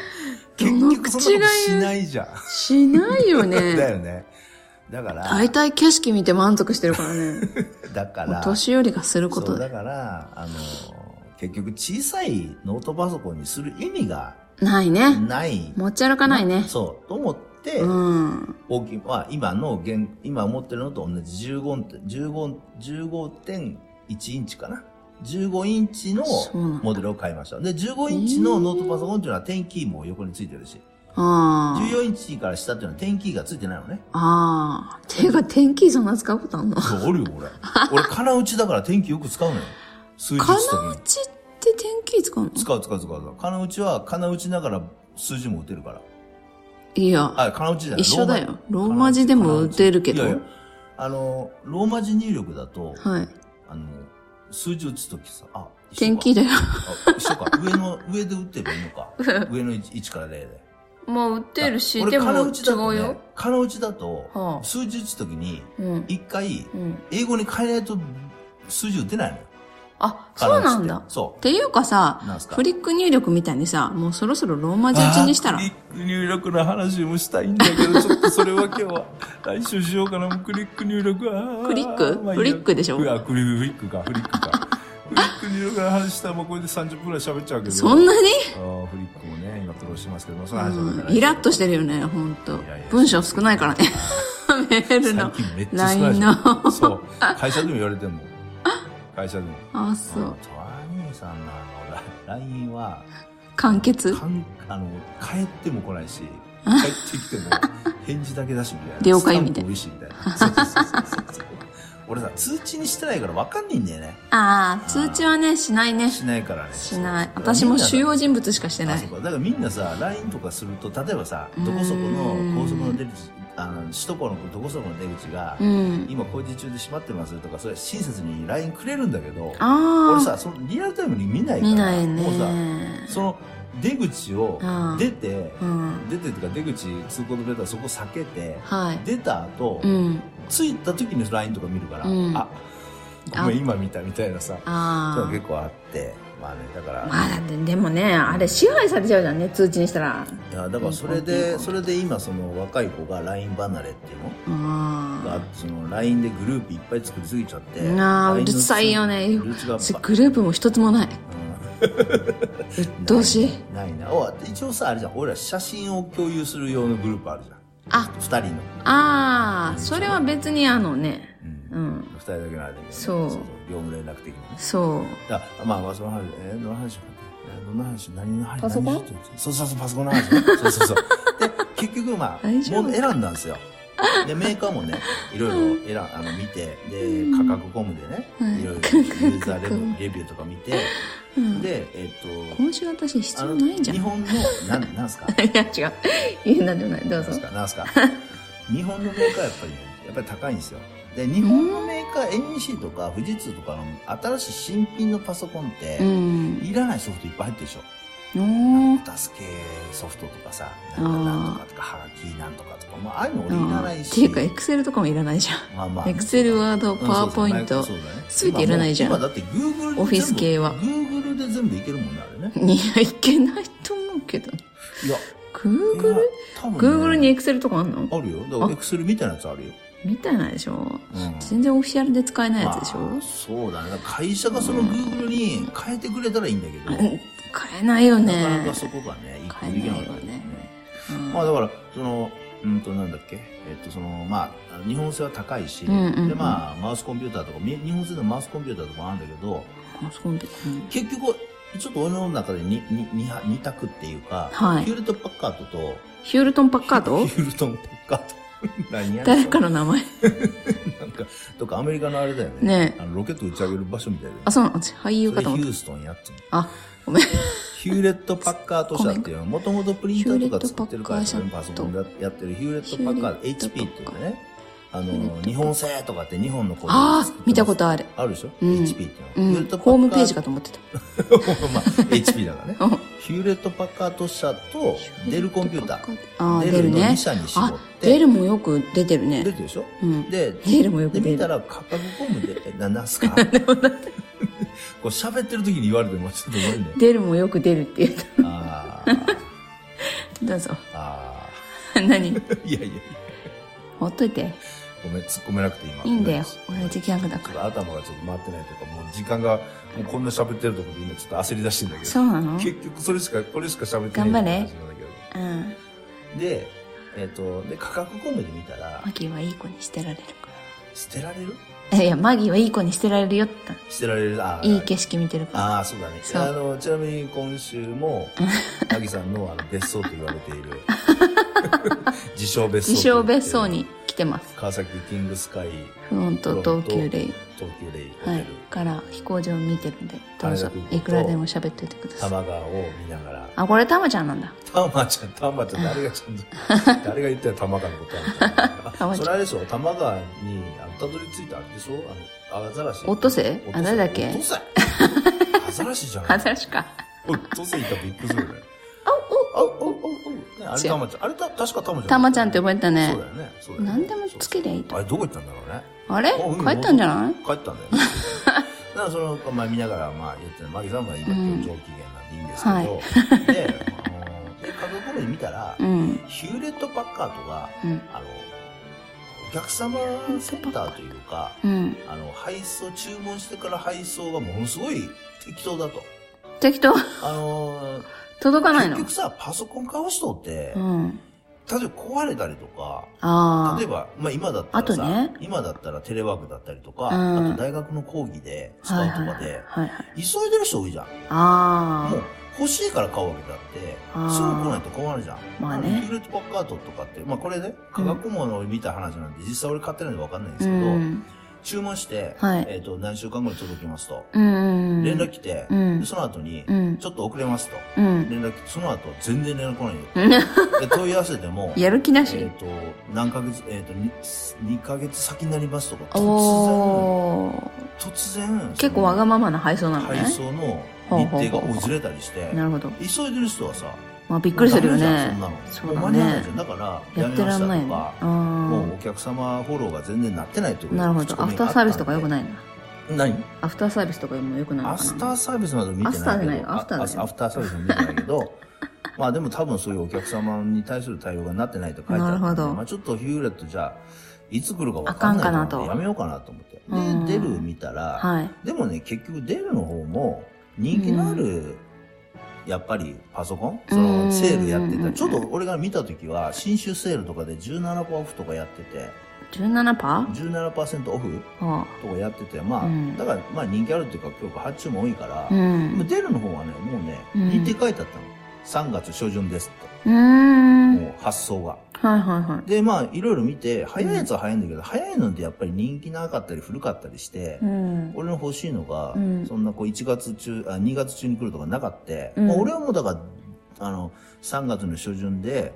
[SPEAKER 3] 結
[SPEAKER 2] どの
[SPEAKER 3] 局そん
[SPEAKER 2] 口が
[SPEAKER 3] なことし
[SPEAKER 2] 言う
[SPEAKER 3] ないじゃん
[SPEAKER 2] しないよ
[SPEAKER 3] だ
[SPEAKER 2] ね。
[SPEAKER 3] よねだから
[SPEAKER 2] 大体景色見て満足してるからね。
[SPEAKER 3] だか
[SPEAKER 2] お
[SPEAKER 3] ら
[SPEAKER 2] 年寄りがするこ
[SPEAKER 3] そ
[SPEAKER 2] と
[SPEAKER 3] うだ
[SPEAKER 2] で。
[SPEAKER 3] からあの結局小さいノートパソコンにする意味が
[SPEAKER 2] ないね。
[SPEAKER 3] ない
[SPEAKER 2] 持ち歩かないね。
[SPEAKER 3] そうと思って、
[SPEAKER 2] うん。
[SPEAKER 3] 大きい、まあ、今の現今持ってるのと同じ15 15 15.1インチかな15インチの
[SPEAKER 2] そうなんだ
[SPEAKER 3] モデルを買いましたで15インチのノートパソコンっていうのは10キーも横についてるし
[SPEAKER 2] ああ。
[SPEAKER 3] 14インチから下っていうのは10キーがついてな いのね
[SPEAKER 2] ああ。ていうか、天気そんな使うことあんの
[SPEAKER 3] そうおるよ 俺俺金打ちだから天気よく使うのよ数日
[SPEAKER 2] 金
[SPEAKER 3] とかに
[SPEAKER 2] 打ちって天気使うの
[SPEAKER 3] 使う使う使う使う金打ちは金打ちながら数字も打てるから
[SPEAKER 2] いや、
[SPEAKER 3] あ金打ちじゃない
[SPEAKER 2] 一緒だよ。ローマ字でも打てるけど。
[SPEAKER 3] いやいやあのローマ字入力だと、
[SPEAKER 2] はい。
[SPEAKER 3] あの、数字打つときさ、あ、
[SPEAKER 2] 天気
[SPEAKER 3] で。
[SPEAKER 2] だよ。
[SPEAKER 3] あ一緒か。上の、上で打ってばいいのか。上の位置から0で。
[SPEAKER 2] まあ、打てるし、
[SPEAKER 3] 俺
[SPEAKER 2] でも
[SPEAKER 3] 金
[SPEAKER 2] 違
[SPEAKER 3] 打ちだと
[SPEAKER 2] う
[SPEAKER 3] ね
[SPEAKER 2] よ。
[SPEAKER 3] 金打ちだと、
[SPEAKER 2] はあ
[SPEAKER 3] 数字打つときに、
[SPEAKER 2] うん。
[SPEAKER 3] 一回、
[SPEAKER 2] うん。
[SPEAKER 3] 英語に変えないと数字打てないのよ。
[SPEAKER 2] あ、
[SPEAKER 3] 金
[SPEAKER 2] そう
[SPEAKER 3] 打ちって
[SPEAKER 2] なんだ。
[SPEAKER 3] そ
[SPEAKER 2] っていうか
[SPEAKER 3] う。な
[SPEAKER 2] さ、
[SPEAKER 3] んすか
[SPEAKER 2] フリック入力みたいにさ、もうそろそろローマ字打ちにしたら
[SPEAKER 3] あー。クリック入力の話もしたいんだけ ど、ちょっとそれは今日は、来週しようかな、もうクリック入力は。
[SPEAKER 2] クリック
[SPEAKER 3] まあいいや
[SPEAKER 2] フリックでしょ
[SPEAKER 3] うわクリフリックか、フリックか。フリック入力の話したらもうこれで30分くらい喋っちゃうけど。
[SPEAKER 2] そんなに
[SPEAKER 3] あーフリックもね、今、苦労してますけども、その話はまた
[SPEAKER 2] う
[SPEAKER 3] 来
[SPEAKER 2] ん
[SPEAKER 3] 週
[SPEAKER 2] イラッとしてるよね、ほんと
[SPEAKER 3] いやいや。
[SPEAKER 2] 文章少ないからね。メール
[SPEAKER 3] 最
[SPEAKER 2] の。
[SPEAKER 3] 近めっちゃ少ないじゃ
[SPEAKER 2] LINE
[SPEAKER 3] ん。そう。会社でも言われてんもん。会社でも。
[SPEAKER 2] あ、そ
[SPEAKER 3] うん
[SPEAKER 2] う。
[SPEAKER 3] トワニーさんのあの、ラ LINE は、
[SPEAKER 2] 完結
[SPEAKER 3] かんあの、帰っても来ないし、帰ってきても 返事だけだしみたいな。
[SPEAKER 2] 了解みたいな
[SPEAKER 3] な。美味しいみたいな。そうそうそうそうそう。俺さ、通知にしてないから分かんねえんだよね。
[SPEAKER 2] ああ、通知はね、しないね。
[SPEAKER 3] しないからね。
[SPEAKER 2] しない。
[SPEAKER 3] そう
[SPEAKER 2] 私も主要人物しかしてな
[SPEAKER 3] あ
[SPEAKER 2] い
[SPEAKER 3] そう。かだからみんなさ LINE とかすると例えばさどこそこの
[SPEAKER 2] うん
[SPEAKER 3] 高速の出口あの首都高のどこそこの出口が、
[SPEAKER 2] うん。
[SPEAKER 3] 今工事中で閉まってますとかそれ親切に LINE くれるんだけど俺
[SPEAKER 2] あ
[SPEAKER 3] さそのリアルタイムに見ない
[SPEAKER 2] あ、
[SPEAKER 3] から
[SPEAKER 2] 見ないね
[SPEAKER 3] もうさ。その出口を
[SPEAKER 2] あー
[SPEAKER 3] 出て
[SPEAKER 2] うん。
[SPEAKER 3] 出てっていうか出口通行止めだったらそこ避けて
[SPEAKER 2] はい。
[SPEAKER 3] 出た後、
[SPEAKER 2] うん。
[SPEAKER 3] 着いた時に LINE とか見るから、
[SPEAKER 2] うん
[SPEAKER 3] あごめん今見たみたいなさそういう
[SPEAKER 2] あ
[SPEAKER 3] の
[SPEAKER 2] あ。
[SPEAKER 3] 結構あってまあねだから、
[SPEAKER 2] まあだって、でもね、あれ支配されちゃうじゃんね、通知にしたら。
[SPEAKER 3] いやだからそれでそれで今その若い子が LINE 離れっていうのがあ
[SPEAKER 2] あ
[SPEAKER 3] ってその LINE でグループいっぱい作りすぎちゃって
[SPEAKER 2] なあ
[SPEAKER 3] LINE の
[SPEAKER 2] うるさいよね
[SPEAKER 3] グループが
[SPEAKER 2] あ。せグループも一つもない。
[SPEAKER 3] うん
[SPEAKER 2] どうし
[SPEAKER 3] ないなお一応さあれじゃん俺ら写真を共有する用のグループあるじゃん
[SPEAKER 2] あ、
[SPEAKER 3] 二人の、
[SPEAKER 2] ああ、それは別にあのね、
[SPEAKER 3] うん
[SPEAKER 2] うん、
[SPEAKER 3] 二人だけの間にね
[SPEAKER 2] そう
[SPEAKER 3] 業務連絡的にね
[SPEAKER 2] そ
[SPEAKER 3] だからまあまあその話えー、どの話かなえーどの話何の話
[SPEAKER 2] パソコン
[SPEAKER 3] 何の話そうそうそうパソコンの話そうそうそうで結局まあ
[SPEAKER 2] 大丈夫
[SPEAKER 3] もう選んだんですよでメーカーもねいろいろ選んあの見てで価格コムでね、
[SPEAKER 2] はい
[SPEAKER 3] いろいろユ
[SPEAKER 2] 価格コム
[SPEAKER 3] ーザーレビューレビューとか見て
[SPEAKER 2] う。うん、
[SPEAKER 3] でえっ、と
[SPEAKER 2] 今週私必
[SPEAKER 3] あ
[SPEAKER 2] 要
[SPEAKER 3] の
[SPEAKER 2] ないじゃん。
[SPEAKER 3] 日
[SPEAKER 2] い
[SPEAKER 3] 本のなんなんすか
[SPEAKER 2] や、違う。いや、なんでもない。どう
[SPEAKER 3] なん
[SPEAKER 2] ぞ
[SPEAKER 3] す。かなんすか日本のメーカーはやっぱりねやっぱり高いんですよで日本のメーカー NEC とか富士通とかの新しい新品のパソコンって、
[SPEAKER 2] うん。
[SPEAKER 3] いらないソフトいっぱい入ってるでしょ
[SPEAKER 2] おー。
[SPEAKER 3] お助けソフトとかさ、
[SPEAKER 2] あー
[SPEAKER 3] なんとかとか、はがきなんとかとか、まあ、ああいうの
[SPEAKER 2] う
[SPEAKER 3] 俺いら
[SPEAKER 2] ん
[SPEAKER 3] ない
[SPEAKER 2] っ
[SPEAKER 3] し。
[SPEAKER 2] ていうか、エクセルとかもいらないじゃ
[SPEAKER 3] まあまあ
[SPEAKER 2] ん。エクセル、ワード、パワーポイント
[SPEAKER 3] そう、そうそうだね
[SPEAKER 2] 全ていらないじゃん
[SPEAKER 3] 今もう今だって Google で全部
[SPEAKER 2] オフィス系は
[SPEAKER 3] Google で全部いけるもんね、あれね。
[SPEAKER 2] にはいけないと思うけど。
[SPEAKER 3] いや、
[SPEAKER 2] Google?
[SPEAKER 3] いや多分ね
[SPEAKER 2] Google にエクセルとかあんの
[SPEAKER 3] あるよ。だから Excel みたいなやつあるよ。
[SPEAKER 2] みたいなでしょ
[SPEAKER 3] うん。
[SPEAKER 2] 全然オフィシャルで使えないやつでしょ、
[SPEAKER 3] まあそうだね。だから会社がその Google に変えてくれたらいいんだけど、
[SPEAKER 2] うん買えないよね
[SPEAKER 3] なかなかそこがね、一個できなかった
[SPEAKER 2] 買えないよねうん
[SPEAKER 3] まあだから、その、うんとなんだっけ、えっとその、まあ、日本製は高いし、
[SPEAKER 2] うんうんうん
[SPEAKER 3] でまあ、マウスコンピューターとか、み日本製のマウスコンピューターとかもあるんだけど、
[SPEAKER 2] あそこにうん
[SPEAKER 3] 結局、ちょっと俺の中でににに二択っていうか、
[SPEAKER 2] はい
[SPEAKER 3] ヒュールトン・パッカートと、
[SPEAKER 2] ヒュールトン・パッカード
[SPEAKER 3] ヒュールトン・パッカート。 何やねん
[SPEAKER 2] 誰かの名前
[SPEAKER 3] なんか、とかアメリカのあれだよね。
[SPEAKER 2] ねえ
[SPEAKER 3] あのロケット打ち上げる場所みたいで。
[SPEAKER 2] あそうなの私俳優
[SPEAKER 3] そ
[SPEAKER 2] か
[SPEAKER 3] れ
[SPEAKER 2] と思
[SPEAKER 3] ヒ
[SPEAKER 2] っ
[SPEAKER 3] ュ
[SPEAKER 2] た
[SPEAKER 3] ーストンやってんの
[SPEAKER 2] あごめん
[SPEAKER 3] ヒューレット・パッカート社っていうのは、もともとプリンターとか作ってる会社の
[SPEAKER 2] ヒューレットパ
[SPEAKER 3] パ
[SPEAKER 2] ッカー社
[SPEAKER 3] ソコンでやってるヒューレット・パッカート HP っていうね、あの日本製とかって日本のこう
[SPEAKER 2] ああ、見たことある。
[SPEAKER 3] あるでしょ、
[SPEAKER 2] ん
[SPEAKER 3] HP
[SPEAKER 2] う
[SPEAKER 3] っていうの
[SPEAKER 2] ん
[SPEAKER 3] ヒューレッ、トパッカ
[SPEAKER 2] ホームページかと思ってた。
[SPEAKER 3] まあ HP だから
[SPEAKER 2] うん
[SPEAKER 3] ねヒューレット・パッカート社とデルコンピューター
[SPEAKER 2] ああ、
[SPEAKER 3] デ
[SPEAKER 2] 出
[SPEAKER 3] ル
[SPEAKER 2] る
[SPEAKER 3] の
[SPEAKER 2] ね
[SPEAKER 3] 2社に。絞っ
[SPEAKER 2] あ、
[SPEAKER 3] て
[SPEAKER 2] 出るもよく出てる
[SPEAKER 3] 出
[SPEAKER 2] ね。
[SPEAKER 3] てるでしょ、
[SPEAKER 2] うん
[SPEAKER 3] で
[SPEAKER 2] 出るもよく
[SPEAKER 3] で
[SPEAKER 2] 出
[SPEAKER 3] 見た
[SPEAKER 2] る。
[SPEAKER 3] ら価格コムでえなな んすかこ う喋ってる時に言われてもちょっとごめんね
[SPEAKER 2] 出るもよく出るって言っ
[SPEAKER 3] あー
[SPEAKER 2] た。どうぞ。
[SPEAKER 3] あ
[SPEAKER 2] 何
[SPEAKER 3] ー いやいや
[SPEAKER 2] ほっといて。
[SPEAKER 3] ごめん突っ込めなくて今
[SPEAKER 2] いいんだよ
[SPEAKER 3] ごめん
[SPEAKER 2] 同じギャグだから
[SPEAKER 3] ちょっと頭がちょっと回ってないというかもう時間がもうこんな喋ってるところで今ちょっと焦り出してんだけど
[SPEAKER 2] そうなの
[SPEAKER 3] 結局それしかこれしか喋ってない
[SPEAKER 2] 頑張れ
[SPEAKER 3] って話なんだけど
[SPEAKER 2] うん。
[SPEAKER 3] で、えっ、と、で、価格コムで見たら
[SPEAKER 2] マ、ギーはいい子にしてられるか
[SPEAKER 3] 捨てられる
[SPEAKER 2] ら。いや、マギーはいい子にしてられるよって言っ
[SPEAKER 3] 捨てられるあ
[SPEAKER 2] た。
[SPEAKER 3] ー
[SPEAKER 2] いい景色見てるから。
[SPEAKER 3] ああ、そうだね。
[SPEAKER 2] そう
[SPEAKER 3] あの、ちなみに今週 も、アギさんのあの別荘と言われている、自称別荘。
[SPEAKER 2] 自称別荘。に来てます。
[SPEAKER 3] 川崎キングスカイ
[SPEAKER 2] フロント東急レイ。
[SPEAKER 3] 東急レイホテル、
[SPEAKER 2] はい。から飛行場見てるんで、どうぞ
[SPEAKER 3] 羽田空港。と
[SPEAKER 2] いくらでも喋っといてくだ
[SPEAKER 3] 多
[SPEAKER 2] さい。
[SPEAKER 3] 摩川を見ながら、
[SPEAKER 2] あ、これタマちゃんなんだ。
[SPEAKER 3] タマちゃん、タマちゃん、誰がちゃ んと、誰が言ったら玉川のこと
[SPEAKER 2] タ
[SPEAKER 3] あ
[SPEAKER 2] マ
[SPEAKER 3] る
[SPEAKER 2] ちゃん
[SPEAKER 3] それあれでしょ、玉川に、あの、たどり着いたあれでしょあの、アザラシ。
[SPEAKER 2] オットセイ
[SPEAKER 3] オットセイ
[SPEAKER 2] あ誰だっけ
[SPEAKER 3] オットセイアザラ シじゃん。
[SPEAKER 2] アザラシか。
[SPEAKER 3] オットセイいたらびっくりするよね。あ、お、お、お、ねあれ
[SPEAKER 2] 違う
[SPEAKER 3] タマちゃん。あれた、確かタマちゃん。
[SPEAKER 2] タマちゃんって覚えたね
[SPEAKER 3] そうだよね。そうだよ
[SPEAKER 2] 何
[SPEAKER 3] ね
[SPEAKER 2] でもつけりゃいい
[SPEAKER 3] あ
[SPEAKER 2] と。
[SPEAKER 3] れ、どこ行ったんだろうね。
[SPEAKER 2] あれ
[SPEAKER 3] あうん
[SPEAKER 2] 帰ったんじゃない
[SPEAKER 3] 帰った んだよね。だからその、まあ見ながら、まあ言って、マギさんは今
[SPEAKER 2] うん
[SPEAKER 3] 上機嫌なんでいいんですけど、
[SPEAKER 2] はい
[SPEAKER 3] で、あの、で、家族で見たら、
[SPEAKER 2] うん。
[SPEAKER 3] ヒューレット・パッカーとか、
[SPEAKER 2] うん。
[SPEAKER 3] あの、お客様センターというか、
[SPEAKER 2] うん。
[SPEAKER 3] あの、配送、注文してから配送がものすごい適当だと。
[SPEAKER 2] 適当。
[SPEAKER 3] あのー
[SPEAKER 2] 届かないの
[SPEAKER 3] 結局さ、パソコン買う人って、
[SPEAKER 2] うん。
[SPEAKER 3] 例えば壊れたりとか、
[SPEAKER 2] あ
[SPEAKER 3] 例えば、まあ今だったらさ、
[SPEAKER 2] あとね
[SPEAKER 3] 今だったらテレワークだったりとか、
[SPEAKER 2] うん
[SPEAKER 3] あと大学の講義で
[SPEAKER 2] あ。
[SPEAKER 3] 使
[SPEAKER 2] は
[SPEAKER 3] う
[SPEAKER 2] い
[SPEAKER 3] と
[SPEAKER 2] はい
[SPEAKER 3] か
[SPEAKER 2] はい
[SPEAKER 3] で、
[SPEAKER 2] はいはい。
[SPEAKER 3] 急いでる人多いじゃん。も
[SPEAKER 2] あ
[SPEAKER 3] う欲しいから買うわけだって、
[SPEAKER 2] あー
[SPEAKER 3] すぐ来ないと困るじゃん。
[SPEAKER 2] まあね
[SPEAKER 3] のヒューレット・パッカートとかって、まあこれね、科学物を見た話なんで、実際俺買ってないんでわかんないん
[SPEAKER 2] あ。
[SPEAKER 3] です
[SPEAKER 2] う
[SPEAKER 3] けど、
[SPEAKER 2] ん。
[SPEAKER 3] 注文して、
[SPEAKER 2] はい
[SPEAKER 3] えっ、と、何週間後に届きますと、
[SPEAKER 2] うん。
[SPEAKER 3] 連絡来て、
[SPEAKER 2] うん
[SPEAKER 3] でその後に、
[SPEAKER 2] うん。
[SPEAKER 3] ちょっと遅れますと、
[SPEAKER 2] うん。
[SPEAKER 3] 連絡、その後全然連絡来ないよ。
[SPEAKER 2] うん、
[SPEAKER 3] で問い合わせても
[SPEAKER 2] やる気
[SPEAKER 3] え
[SPEAKER 2] な
[SPEAKER 3] っ、
[SPEAKER 2] し。
[SPEAKER 3] と、何ヶ月、えっ、と2、2ヶ月先になりますとか、突
[SPEAKER 2] おー。
[SPEAKER 3] 然、突然、
[SPEAKER 2] 結構わが
[SPEAKER 3] ま
[SPEAKER 2] ままな配送なのね
[SPEAKER 3] 配。送の日程がずれたりして、
[SPEAKER 2] なるほど。
[SPEAKER 3] 急いでる人はさ、
[SPEAKER 2] まあびっくりするよ
[SPEAKER 3] ダメ
[SPEAKER 2] ね
[SPEAKER 3] じゃん。そ
[SPEAKER 2] そ
[SPEAKER 3] ん
[SPEAKER 2] う
[SPEAKER 3] なの。
[SPEAKER 2] だ
[SPEAKER 3] もう間に合わない
[SPEAKER 2] ね
[SPEAKER 3] じゃん。。だから、
[SPEAKER 2] やってらんないよ
[SPEAKER 3] やめ
[SPEAKER 2] ね。
[SPEAKER 3] ましたとかもう
[SPEAKER 2] あ
[SPEAKER 3] お客様フォローが全然なってないという
[SPEAKER 2] あ。なるほど。アフターサービスとか良く
[SPEAKER 3] い
[SPEAKER 2] ないな。
[SPEAKER 3] 何
[SPEAKER 2] アフターサービスとかも良くないの
[SPEAKER 3] ア
[SPEAKER 2] かな。
[SPEAKER 3] フターサービスまで見てないけど。
[SPEAKER 2] アフターじゃないよアフターだよ
[SPEAKER 3] あアフターサービスも見てないけど、まあでも多分そういうお客様に対する対応がなってないと書いてあるんで
[SPEAKER 2] なるほど
[SPEAKER 3] まあちょっとヒューレットじゃ、いつ来るかわかんない
[SPEAKER 2] あかんかなと
[SPEAKER 3] やめようかなと思って。
[SPEAKER 2] うん
[SPEAKER 3] で、デル見たら、
[SPEAKER 2] はい。
[SPEAKER 3] でもね、結局デルの方も人気のある、やっぱりパソコンそ
[SPEAKER 2] うん
[SPEAKER 3] のセールやって
[SPEAKER 2] うん
[SPEAKER 3] た。ちょっと俺が見た時は、新種セールとかで17%オフとかやってて、
[SPEAKER 2] 17%?
[SPEAKER 3] 17%オフ
[SPEAKER 2] あ
[SPEAKER 3] とかやってて、まあ、
[SPEAKER 2] うん
[SPEAKER 3] だからまあ人気あるっていうか、結構発注も多いか
[SPEAKER 2] あ。
[SPEAKER 3] ら、
[SPEAKER 2] う
[SPEAKER 3] でも
[SPEAKER 2] ん。
[SPEAKER 3] デルの方はね、もうね、
[SPEAKER 2] うん
[SPEAKER 3] 日程書いてあったの。3月初旬ですっ
[SPEAKER 2] うーん。
[SPEAKER 3] て。
[SPEAKER 2] はい
[SPEAKER 3] もう発送が。
[SPEAKER 2] はいはい。
[SPEAKER 3] で、まあ、いろいろ見て、早いやつは早いんだけど、早いのってやっぱり人気なかったり古かったりして、
[SPEAKER 2] うん。
[SPEAKER 3] 俺の欲しいのが、
[SPEAKER 2] うん
[SPEAKER 3] そんなこう1月中、あ2月中に来るとかなかって、
[SPEAKER 2] うん
[SPEAKER 3] まあ俺はもうだから、あの、3月の初旬で、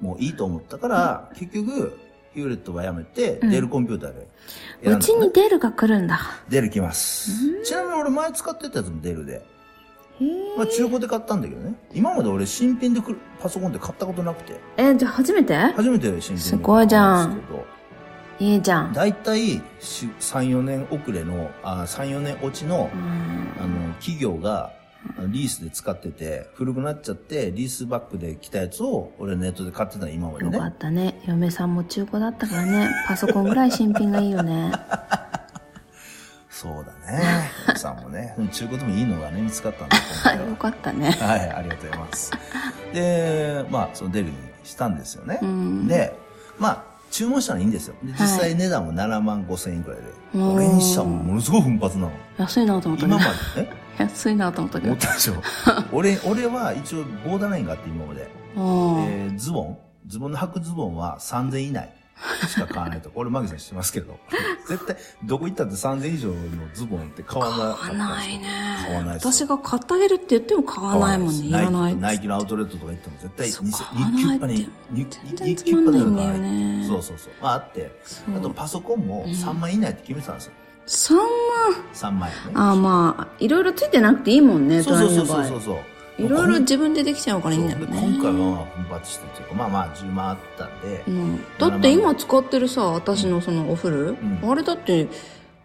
[SPEAKER 3] もういいと思ったから、結局、ヒューレットはやめて、
[SPEAKER 2] うん
[SPEAKER 3] デルコンピューターで選んだのね。
[SPEAKER 2] うちに出るが来るんだ。
[SPEAKER 3] デル来ます。ちなみに俺前使ってたやつもデルで。
[SPEAKER 2] へ
[SPEAKER 3] まあ中古で買ったんだけどね。今まで俺新品でくるパソコンって買ったことなくて。
[SPEAKER 2] え、じゃあ初めて
[SPEAKER 3] 初めて新品で買ったんです
[SPEAKER 2] すごいじゃん
[SPEAKER 3] けど。
[SPEAKER 2] いいじゃん。
[SPEAKER 3] だいたいし3、4年遅れの、あ3、4年落ちの
[SPEAKER 2] う、ん
[SPEAKER 3] あの、企業が、あのリースで使ってて、古くなっちゃって、リースバックで来たやつを、俺ネットで買ってたの今まで
[SPEAKER 2] よか
[SPEAKER 3] ね
[SPEAKER 2] っ。たね。嫁さんも中古だったからね。パソコンぐらい新品がいいよ ね。
[SPEAKER 3] そうだね。奥さんもね。うん中古でもいいのがね、見つかったんだと思 う
[SPEAKER 2] よ
[SPEAKER 3] よ
[SPEAKER 2] かったね。
[SPEAKER 3] はい、ありがとうございます。で、まあ、そのデルにしたんですよね。
[SPEAKER 2] うん
[SPEAKER 3] で、まあ、注文したらいいんですよ。で実
[SPEAKER 2] はい
[SPEAKER 3] 際値段も7万5千円くらいで。
[SPEAKER 2] うん
[SPEAKER 3] 俺にしたらものすごい奮 発なの。
[SPEAKER 2] 安いなと思った
[SPEAKER 3] 今
[SPEAKER 2] ね
[SPEAKER 3] ま。で、ね、
[SPEAKER 2] 安いなと思ったけ
[SPEAKER 3] 思
[SPEAKER 2] ど
[SPEAKER 3] っ。たでしょ。俺、俺は一応ボーダーラインがあって今まで。
[SPEAKER 2] うん
[SPEAKER 3] えーズボン、ズボンの履くズボンは3000以内。しか買わないとか。 俺、マギさん知ってます けど。絶対、どこ行ったって3000以上のズボンって買わな
[SPEAKER 2] 買わないね
[SPEAKER 3] 買わないですよ
[SPEAKER 2] 私が買ってあげるって言っても買わないもんねいらないっつって
[SPEAKER 3] ナイキのアウトレットとか行っても絶対
[SPEAKER 2] そうか
[SPEAKER 3] 日給っぱに、日
[SPEAKER 2] 全然
[SPEAKER 3] 日
[SPEAKER 2] つ
[SPEAKER 3] 給っ
[SPEAKER 2] まん
[SPEAKER 3] ぱ
[SPEAKER 2] な
[SPEAKER 3] に
[SPEAKER 2] い
[SPEAKER 3] の
[SPEAKER 2] ん
[SPEAKER 3] が
[SPEAKER 2] だよ
[SPEAKER 3] ない
[SPEAKER 2] ね
[SPEAKER 3] そうそうそう。まああって、
[SPEAKER 2] そう
[SPEAKER 3] あとパソコンも3万以内って決めてたんですよ。
[SPEAKER 2] 3万
[SPEAKER 3] 3万円ね。
[SPEAKER 2] ああまあいろいろついてなくていいもんね
[SPEAKER 3] そうそうそう
[SPEAKER 2] 隣の
[SPEAKER 3] そ
[SPEAKER 2] 場合
[SPEAKER 3] うそうそう。
[SPEAKER 2] いろいろ
[SPEAKER 3] もう
[SPEAKER 2] 自分でできちゃうからいいんだ
[SPEAKER 3] こ
[SPEAKER 2] よ
[SPEAKER 3] ん
[SPEAKER 2] ね
[SPEAKER 3] そうで今回はまあ奮発してっていうか、まあまあ10万あったんで、
[SPEAKER 2] うん、だって今使ってるさ私のそのおフル、
[SPEAKER 3] ん
[SPEAKER 2] あれだって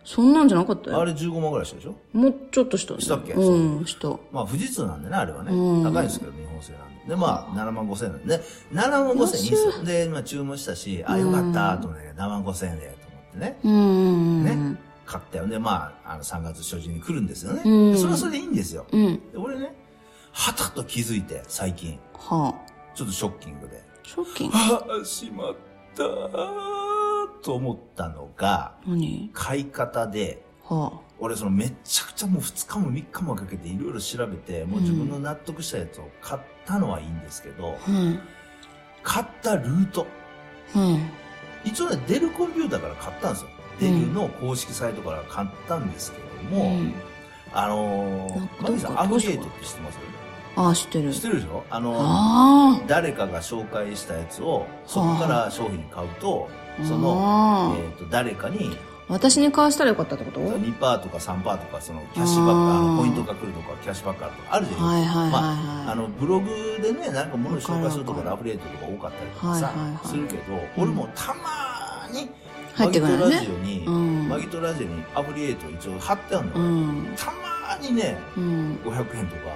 [SPEAKER 2] そんなんじゃなかった
[SPEAKER 3] あ
[SPEAKER 2] よ
[SPEAKER 3] れ15万ぐらいしたでしょ
[SPEAKER 2] もうちょっとしたね
[SPEAKER 3] したっけ
[SPEAKER 2] うんした
[SPEAKER 3] まあ富士通なんでね、あれはね。
[SPEAKER 2] うん
[SPEAKER 3] 高いんですけど、日本製なんで。で、まあ7万5千円なんで、ね、7万5千円いいんですよ。で、まあ注文したし、あ、よかった、と思ってね、7万5千円で、と思ってね。
[SPEAKER 2] うんうんうん
[SPEAKER 3] ね買ったよね。まあ、あの、3月初旬に来るんですよね。
[SPEAKER 2] うん
[SPEAKER 3] でそれはそれでいいんですよ。
[SPEAKER 2] うん
[SPEAKER 3] で俺ね、はたと気づいて、最近、
[SPEAKER 2] は
[SPEAKER 3] ちょっとショッキングで、
[SPEAKER 2] あショッキング
[SPEAKER 3] ああ、しまったーと思ったのが、
[SPEAKER 2] 何
[SPEAKER 3] 買い方で、
[SPEAKER 2] は
[SPEAKER 3] 俺そのめちゃくちゃもう2日も3日もかけていろいろ調べて、もう自分の納得したやつを買ったのはいいんですけど、
[SPEAKER 2] あうん
[SPEAKER 3] 買ったルート。
[SPEAKER 2] うん
[SPEAKER 3] 一応ね、デルコンピューターから買ったんですよ。デルの公式サイトから買ったんですけども、
[SPEAKER 2] うん
[SPEAKER 3] あの
[SPEAKER 2] なん
[SPEAKER 3] ー、
[SPEAKER 2] か
[SPEAKER 3] マギさ
[SPEAKER 2] ど
[SPEAKER 3] ん、
[SPEAKER 2] うか
[SPEAKER 3] アフィリエイトって知ってます
[SPEAKER 2] ああ知ってる
[SPEAKER 3] 知ってるでしょあの
[SPEAKER 2] あ
[SPEAKER 3] ー、誰かが紹介したやつを、そこから商品買うと、
[SPEAKER 2] あ
[SPEAKER 3] その、
[SPEAKER 2] あ
[SPEAKER 3] え
[SPEAKER 2] あ
[SPEAKER 3] っと、誰かに、
[SPEAKER 2] 私に買わしたらよかったってことはい
[SPEAKER 3] 2%とか3%とか、その、キャッシュバック、あ
[SPEAKER 2] あー
[SPEAKER 3] の、ポイントが来るとか、キャッシュバックあるとか、あるじゃ
[SPEAKER 2] はいはいはい、
[SPEAKER 3] ん。あの、ブログでね、なんか物を紹介すると
[SPEAKER 2] わか
[SPEAKER 3] か、
[SPEAKER 2] るわ
[SPEAKER 3] アフィリエイトとか多かったりとか
[SPEAKER 2] はいはいは
[SPEAKER 3] さ、
[SPEAKER 2] い
[SPEAKER 3] するけど、
[SPEAKER 2] うん
[SPEAKER 3] 俺もたまに、
[SPEAKER 2] 入ってくる
[SPEAKER 3] マ
[SPEAKER 2] よ
[SPEAKER 3] ギトラ
[SPEAKER 2] ね
[SPEAKER 3] ジオに
[SPEAKER 2] う、ん
[SPEAKER 3] マギトラジオにアフィリエイト一応貼ってある
[SPEAKER 2] う
[SPEAKER 3] のよ。
[SPEAKER 2] ん
[SPEAKER 3] たまにね、
[SPEAKER 2] うん
[SPEAKER 3] 500円とか、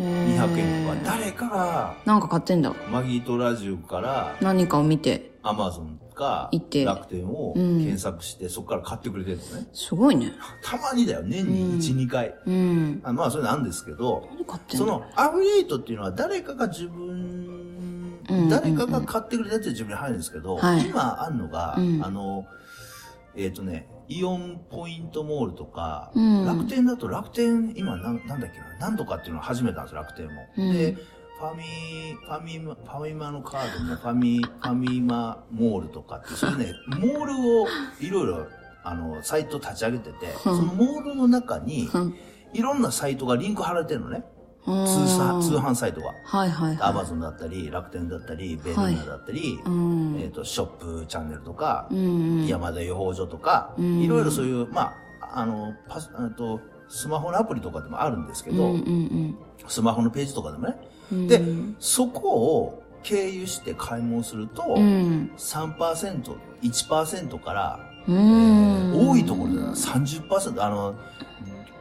[SPEAKER 2] へえ
[SPEAKER 3] 200円とか、誰かが、
[SPEAKER 2] なんか買ってんだ
[SPEAKER 3] マギートラジオから、
[SPEAKER 2] 何かを見て
[SPEAKER 3] アマゾンか
[SPEAKER 2] 行って、
[SPEAKER 3] 楽天を
[SPEAKER 2] うん
[SPEAKER 3] 検索して、そこから買ってくれてるのね。
[SPEAKER 2] すごいね
[SPEAKER 3] たまにだよ、年
[SPEAKER 2] うん
[SPEAKER 3] に1、2回。
[SPEAKER 2] うん
[SPEAKER 3] あまあ、それなんですけど、
[SPEAKER 2] 何買ってん
[SPEAKER 3] そ
[SPEAKER 2] だ
[SPEAKER 3] の、アフィリエイトっていうのは、誰かが自
[SPEAKER 2] うん
[SPEAKER 3] 分
[SPEAKER 2] うんうん、
[SPEAKER 3] 誰かが買ってくれたやつで自分に入るんですけど
[SPEAKER 2] はい、
[SPEAKER 3] 今あんのが、
[SPEAKER 2] う
[SPEAKER 3] あ
[SPEAKER 2] ん
[SPEAKER 3] の、えっとね、イオンポイントモールとか
[SPEAKER 2] う、ん
[SPEAKER 3] 楽天だと楽天、今なん、なんだっけな、なんとかっていうのを始めたんですよ、楽天も。
[SPEAKER 2] うん
[SPEAKER 3] で、ファミ、ファミマ、ファミマのカー ドも、ファミ、ファミマモールとかって、そういうね、モールをいろいろ、あの、サイト立ち上げてて、そのモールの中に、いろんなサイトがリンク貼られてるのね。
[SPEAKER 2] 通
[SPEAKER 3] 通販、通販サイトが。
[SPEAKER 2] はいはいはい
[SPEAKER 3] アマゾンだったり、楽天だったり、ベルナだったり、
[SPEAKER 2] うん
[SPEAKER 3] えっ、と、ショップチャンネルとか
[SPEAKER 2] う、んうん
[SPEAKER 3] 山田予報所とか、
[SPEAKER 2] うん
[SPEAKER 3] いろいろそういう、まあ、あの、パス、えっと、スマホのアプリとかでもあるんですけ
[SPEAKER 2] うん
[SPEAKER 3] ど、
[SPEAKER 2] うん
[SPEAKER 3] スマホのページとかでもね。
[SPEAKER 2] うん
[SPEAKER 3] で
[SPEAKER 2] うん
[SPEAKER 3] そこを経由して買い物すると、
[SPEAKER 2] うん
[SPEAKER 3] 3%、1%から、
[SPEAKER 2] う
[SPEAKER 3] え
[SPEAKER 2] ん
[SPEAKER 3] ー多いところでは30%、あの、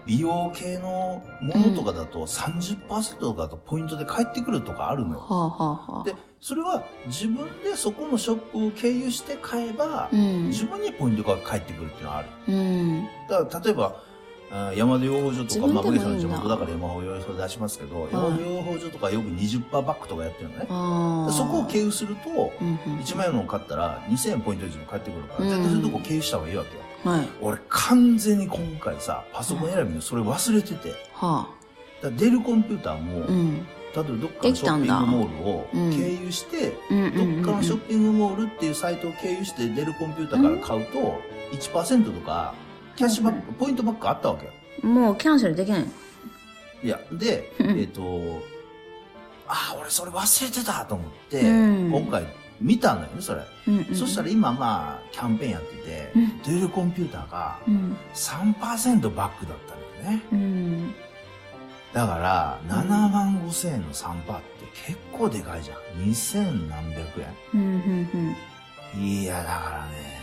[SPEAKER 3] 美容系のものとかだと30%とかだとポイントで返ってくるとかあるのよ。
[SPEAKER 2] はあはあはあ
[SPEAKER 3] で、それは自分でそこのショップを経由して買えば、
[SPEAKER 2] うん
[SPEAKER 3] 自分にポイントが返ってくるっていうのはある。
[SPEAKER 2] うん
[SPEAKER 3] だから例えば、あー山田養蜂所とか、ま
[SPEAKER 2] 自分
[SPEAKER 3] あ、ブ
[SPEAKER 2] でも
[SPEAKER 3] リさ
[SPEAKER 2] いい
[SPEAKER 3] ん
[SPEAKER 2] ん
[SPEAKER 3] の
[SPEAKER 2] だ
[SPEAKER 3] 地元だから山を養蜂所出しますけど、山田養蜂所とかよく20%バックとかやってるのね。
[SPEAKER 2] ああ
[SPEAKER 3] でそこを経由すると、
[SPEAKER 2] うんうん
[SPEAKER 3] 1万円のを買ったら2000円ポイント以上返ってくるから、絶対
[SPEAKER 2] うん
[SPEAKER 3] そういうとこ経由した方がいいわけよ。
[SPEAKER 2] はいは
[SPEAKER 3] 俺完全に今回さ、パソコン選びのそれ忘れてて。だか
[SPEAKER 2] あ
[SPEAKER 3] らデルコンピューターも、
[SPEAKER 2] う
[SPEAKER 3] 例え
[SPEAKER 2] ん
[SPEAKER 3] ばどっかのショッピングモールを
[SPEAKER 2] できたんだ
[SPEAKER 3] 経由して、
[SPEAKER 2] うんうんうんうん
[SPEAKER 3] どっかのショッピングモールっていうサイトを経由してデルコンピューターから買うと、1%とか、キャッシュバック、ポイントバックあったわけよ。
[SPEAKER 2] もうキャンセルできない
[SPEAKER 3] いや、で、
[SPEAKER 2] うん
[SPEAKER 3] えっ、と、ああ、俺それ忘れてたと思って、
[SPEAKER 2] うん
[SPEAKER 3] 今回見たのよね、それ。
[SPEAKER 2] うんうん
[SPEAKER 3] そしたら今まあ、キャンペーンやってて、
[SPEAKER 2] うん
[SPEAKER 3] デルコンピューターが
[SPEAKER 2] うん
[SPEAKER 3] 3%バックだったんだよね。
[SPEAKER 2] うん
[SPEAKER 3] だから、7万5千円の3%って結構でかいじゃん。2千何百
[SPEAKER 2] うんうんうん
[SPEAKER 3] 円。いや、だからね、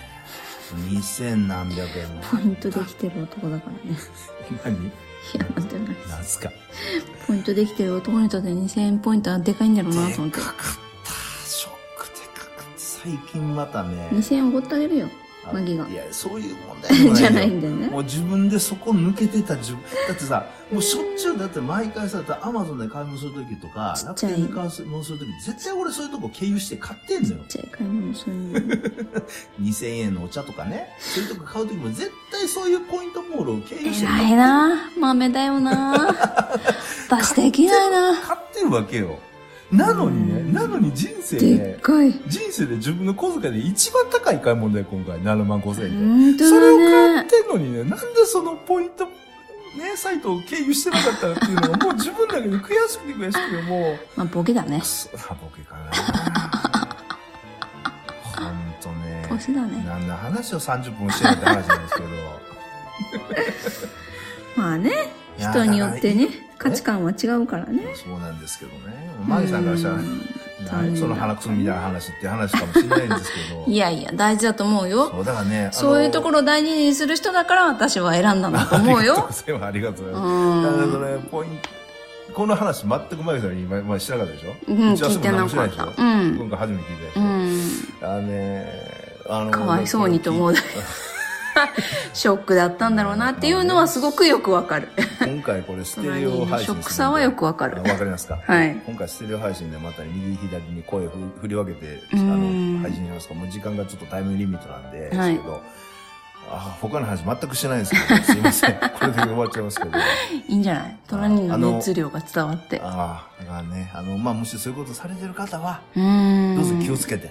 [SPEAKER 3] 2千何百円も。
[SPEAKER 2] ポイントできてる男だからね
[SPEAKER 3] 何
[SPEAKER 2] いやなんていうの
[SPEAKER 3] なんすか。
[SPEAKER 2] ポイントできてる男にとって2000円ポイントはでかいんだろうな
[SPEAKER 3] で
[SPEAKER 2] と思って
[SPEAKER 3] かかった。ショックでかくて。最近またね。
[SPEAKER 2] 2000円おごってあげるよ
[SPEAKER 3] あ
[SPEAKER 2] マギが
[SPEAKER 3] いや、そういう問題でも
[SPEAKER 2] じゃない
[SPEAKER 3] よ
[SPEAKER 2] んだよね
[SPEAKER 3] もう自分でそこ抜けてた自分。だってさ、もうしょっちゅうだって毎回さ、アマゾンで買い物するときとか、
[SPEAKER 2] ちっ
[SPEAKER 3] 楽
[SPEAKER 2] ちゃい
[SPEAKER 3] 天で買い物するとき、絶対俺そういうとこ経由して買ってんのよ。
[SPEAKER 2] ちっちゃい買い物するのに
[SPEAKER 3] 2000円のお茶とかね、そういうとこ買うときも絶対そういうポイントモールを経由して
[SPEAKER 2] 偉
[SPEAKER 3] 買
[SPEAKER 2] い な豆だよな私できないな
[SPEAKER 3] 買ってるわけよ。なのにね、なのに人生で、
[SPEAKER 2] でっかい。
[SPEAKER 3] 人生で自分の小遣いで一番高い買い物だよ、今回。7万5千円で。
[SPEAKER 2] 本当
[SPEAKER 3] それを
[SPEAKER 2] だ
[SPEAKER 3] 買っ
[SPEAKER 2] ね。
[SPEAKER 3] てんのにね、なんでそのポイント、ね、サイトを経由してなかったのっていうのが、もう自分だけで悔しくて悔しくて、もう、
[SPEAKER 2] まあ、ボケだね
[SPEAKER 3] く。そ、あ、僕かな。ほんとね。
[SPEAKER 2] 年だね。
[SPEAKER 3] 何の話を30分してないって話なんですけど。
[SPEAKER 2] まあね、
[SPEAKER 3] い や
[SPEAKER 2] 人によって。ね、
[SPEAKER 3] か
[SPEAKER 2] 価
[SPEAKER 3] ら
[SPEAKER 2] 値観は違うから
[SPEAKER 3] だか
[SPEAKER 2] ね。
[SPEAKER 3] らそうなんですけどね。マギさんからしたら、
[SPEAKER 2] うん
[SPEAKER 3] 何その鼻くそみたいな話って話かもしれないんですけど。
[SPEAKER 2] いやいや、大事だと思うよ。
[SPEAKER 3] そうだからね。
[SPEAKER 2] そういうとこ
[SPEAKER 3] ろ
[SPEAKER 2] ろを大事にする人だから私は選んだんだと思うよ。
[SPEAKER 3] ありがとうございます。ありがとうございうます。
[SPEAKER 2] ん。
[SPEAKER 3] だからね、ポイント、この話全くマギさんに今、まあ、してなかったでしょ
[SPEAKER 2] うん、
[SPEAKER 3] 打ち合
[SPEAKER 2] 聞
[SPEAKER 3] わせ
[SPEAKER 2] い
[SPEAKER 3] も
[SPEAKER 2] て
[SPEAKER 3] 何
[SPEAKER 2] な
[SPEAKER 3] もし
[SPEAKER 2] か
[SPEAKER 3] ない
[SPEAKER 2] っ
[SPEAKER 3] でしょ
[SPEAKER 2] た。うん。
[SPEAKER 3] 今回初めて聞いたでし
[SPEAKER 2] う
[SPEAKER 3] ょ、
[SPEAKER 2] ん。
[SPEAKER 3] あのね、あの、
[SPEAKER 2] かわいそうにと思う。 ショックだったんだろうなっていうのはすごくよくわかる。
[SPEAKER 3] 今回これステレオ配信するんで
[SPEAKER 2] ショックさはよくわかる
[SPEAKER 3] あわかりますか
[SPEAKER 2] はい
[SPEAKER 3] 今回ステレオ配信でまた右左に声を振振り分けて、あ
[SPEAKER 2] うん
[SPEAKER 3] の、配信しますかもう時間がちょっとタイムリミットなんで、ですけど、
[SPEAKER 2] はい
[SPEAKER 3] あ他の話全くしてないんです けど、すいません。これで終わっちゃいますけど。
[SPEAKER 2] いいんじゃないトラニーの熱量が伝わって。
[SPEAKER 3] ああ、だからね、あの、まあ、もしそういうことされてる方は、
[SPEAKER 2] うん。
[SPEAKER 3] どうぞ気をつけて、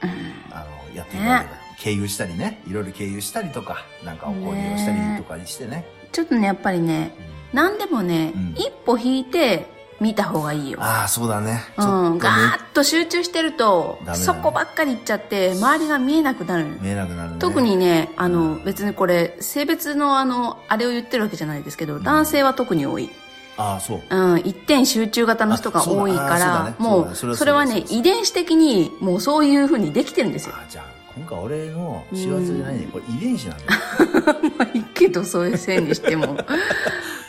[SPEAKER 3] あの、やっていただけたら、経由したりね、いろいろ経由したりとか、なんかを購入したりとかしてね。
[SPEAKER 2] ちょっとね、やっぱりね、
[SPEAKER 3] うん
[SPEAKER 2] 何でもね、
[SPEAKER 3] うん
[SPEAKER 2] 一歩引いて見た方がいいよ。
[SPEAKER 3] ああ、そうだね。
[SPEAKER 2] う
[SPEAKER 3] ちょっと
[SPEAKER 2] ん、
[SPEAKER 3] ね、
[SPEAKER 2] ガーッと集中してると、
[SPEAKER 3] ダメだね
[SPEAKER 2] そこばっかり行っちゃって、周りが見えなくなる。
[SPEAKER 3] 見えなくなるね。
[SPEAKER 2] 特にね、あの
[SPEAKER 3] う、ん
[SPEAKER 2] 別にこれ、性別のあの、あれを言ってるわけじゃないですけど、
[SPEAKER 3] ん
[SPEAKER 2] 男性は特に多い。
[SPEAKER 3] ああ、そう。
[SPEAKER 2] うん、一点集中型の人が多いから、
[SPEAKER 3] あそう
[SPEAKER 2] も
[SPEAKER 3] だあそうだねそうだねそれ
[SPEAKER 2] う、
[SPEAKER 3] は
[SPEAKER 2] それは
[SPEAKER 3] そう
[SPEAKER 2] ね
[SPEAKER 3] だ、そうだ
[SPEAKER 2] 遺伝子的に、もうそういう風にできてるんですよ。
[SPEAKER 3] ああ、じゃあ、今回俺の幸せじゃないね。これ遺伝子なんだよ。
[SPEAKER 2] まあ、いいけど、そういうせいにして も。う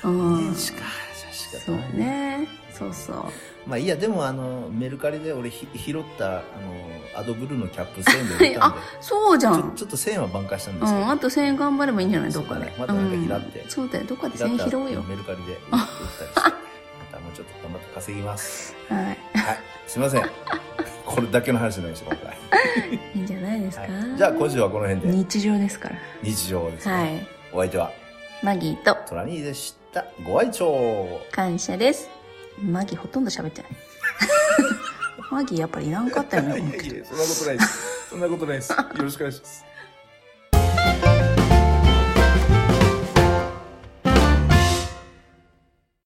[SPEAKER 3] 遺
[SPEAKER 2] ん
[SPEAKER 3] 伝、子か。じゃあ仕
[SPEAKER 2] そ
[SPEAKER 3] 方
[SPEAKER 2] う
[SPEAKER 3] ない。
[SPEAKER 2] ね。そうそう。
[SPEAKER 3] まあいいや、でもあの、メルカリで俺ひ拾った、あの、アドブルーのキャップ1000で売 ったんで
[SPEAKER 2] そうじゃ
[SPEAKER 3] ちょ
[SPEAKER 2] ん。
[SPEAKER 3] ちょっと1000は挽回したん
[SPEAKER 2] う
[SPEAKER 3] ですけど。
[SPEAKER 2] ん、あと1000円頑張ればいいんじゃない
[SPEAKER 3] そ
[SPEAKER 2] ど
[SPEAKER 3] う
[SPEAKER 2] っかで。
[SPEAKER 3] またなんか拾って
[SPEAKER 2] うんそうだよ、どっかで
[SPEAKER 3] だった
[SPEAKER 2] 1000
[SPEAKER 3] ら
[SPEAKER 2] 円拾おうよ。
[SPEAKER 3] メルカリで売ったりして。またもうちょっと頑張って稼ぎ ます。
[SPEAKER 2] はい。
[SPEAKER 3] はい。すいません。これだけの話じゃないでしょ、今回。
[SPEAKER 2] いいんじゃないですか。
[SPEAKER 3] はい、じゃあ今週はこの辺で
[SPEAKER 2] 日常ですから。
[SPEAKER 3] 日常ですね。
[SPEAKER 2] はい。
[SPEAKER 3] お相手は
[SPEAKER 2] マギーと
[SPEAKER 3] トラニーでした。ご愛聴
[SPEAKER 2] 感謝です。マギーほとんど喋って ない。マギーやっぱりいらんかったよね。
[SPEAKER 3] いやいや、そんなことないです。そんなことないです。よろしくお願いします。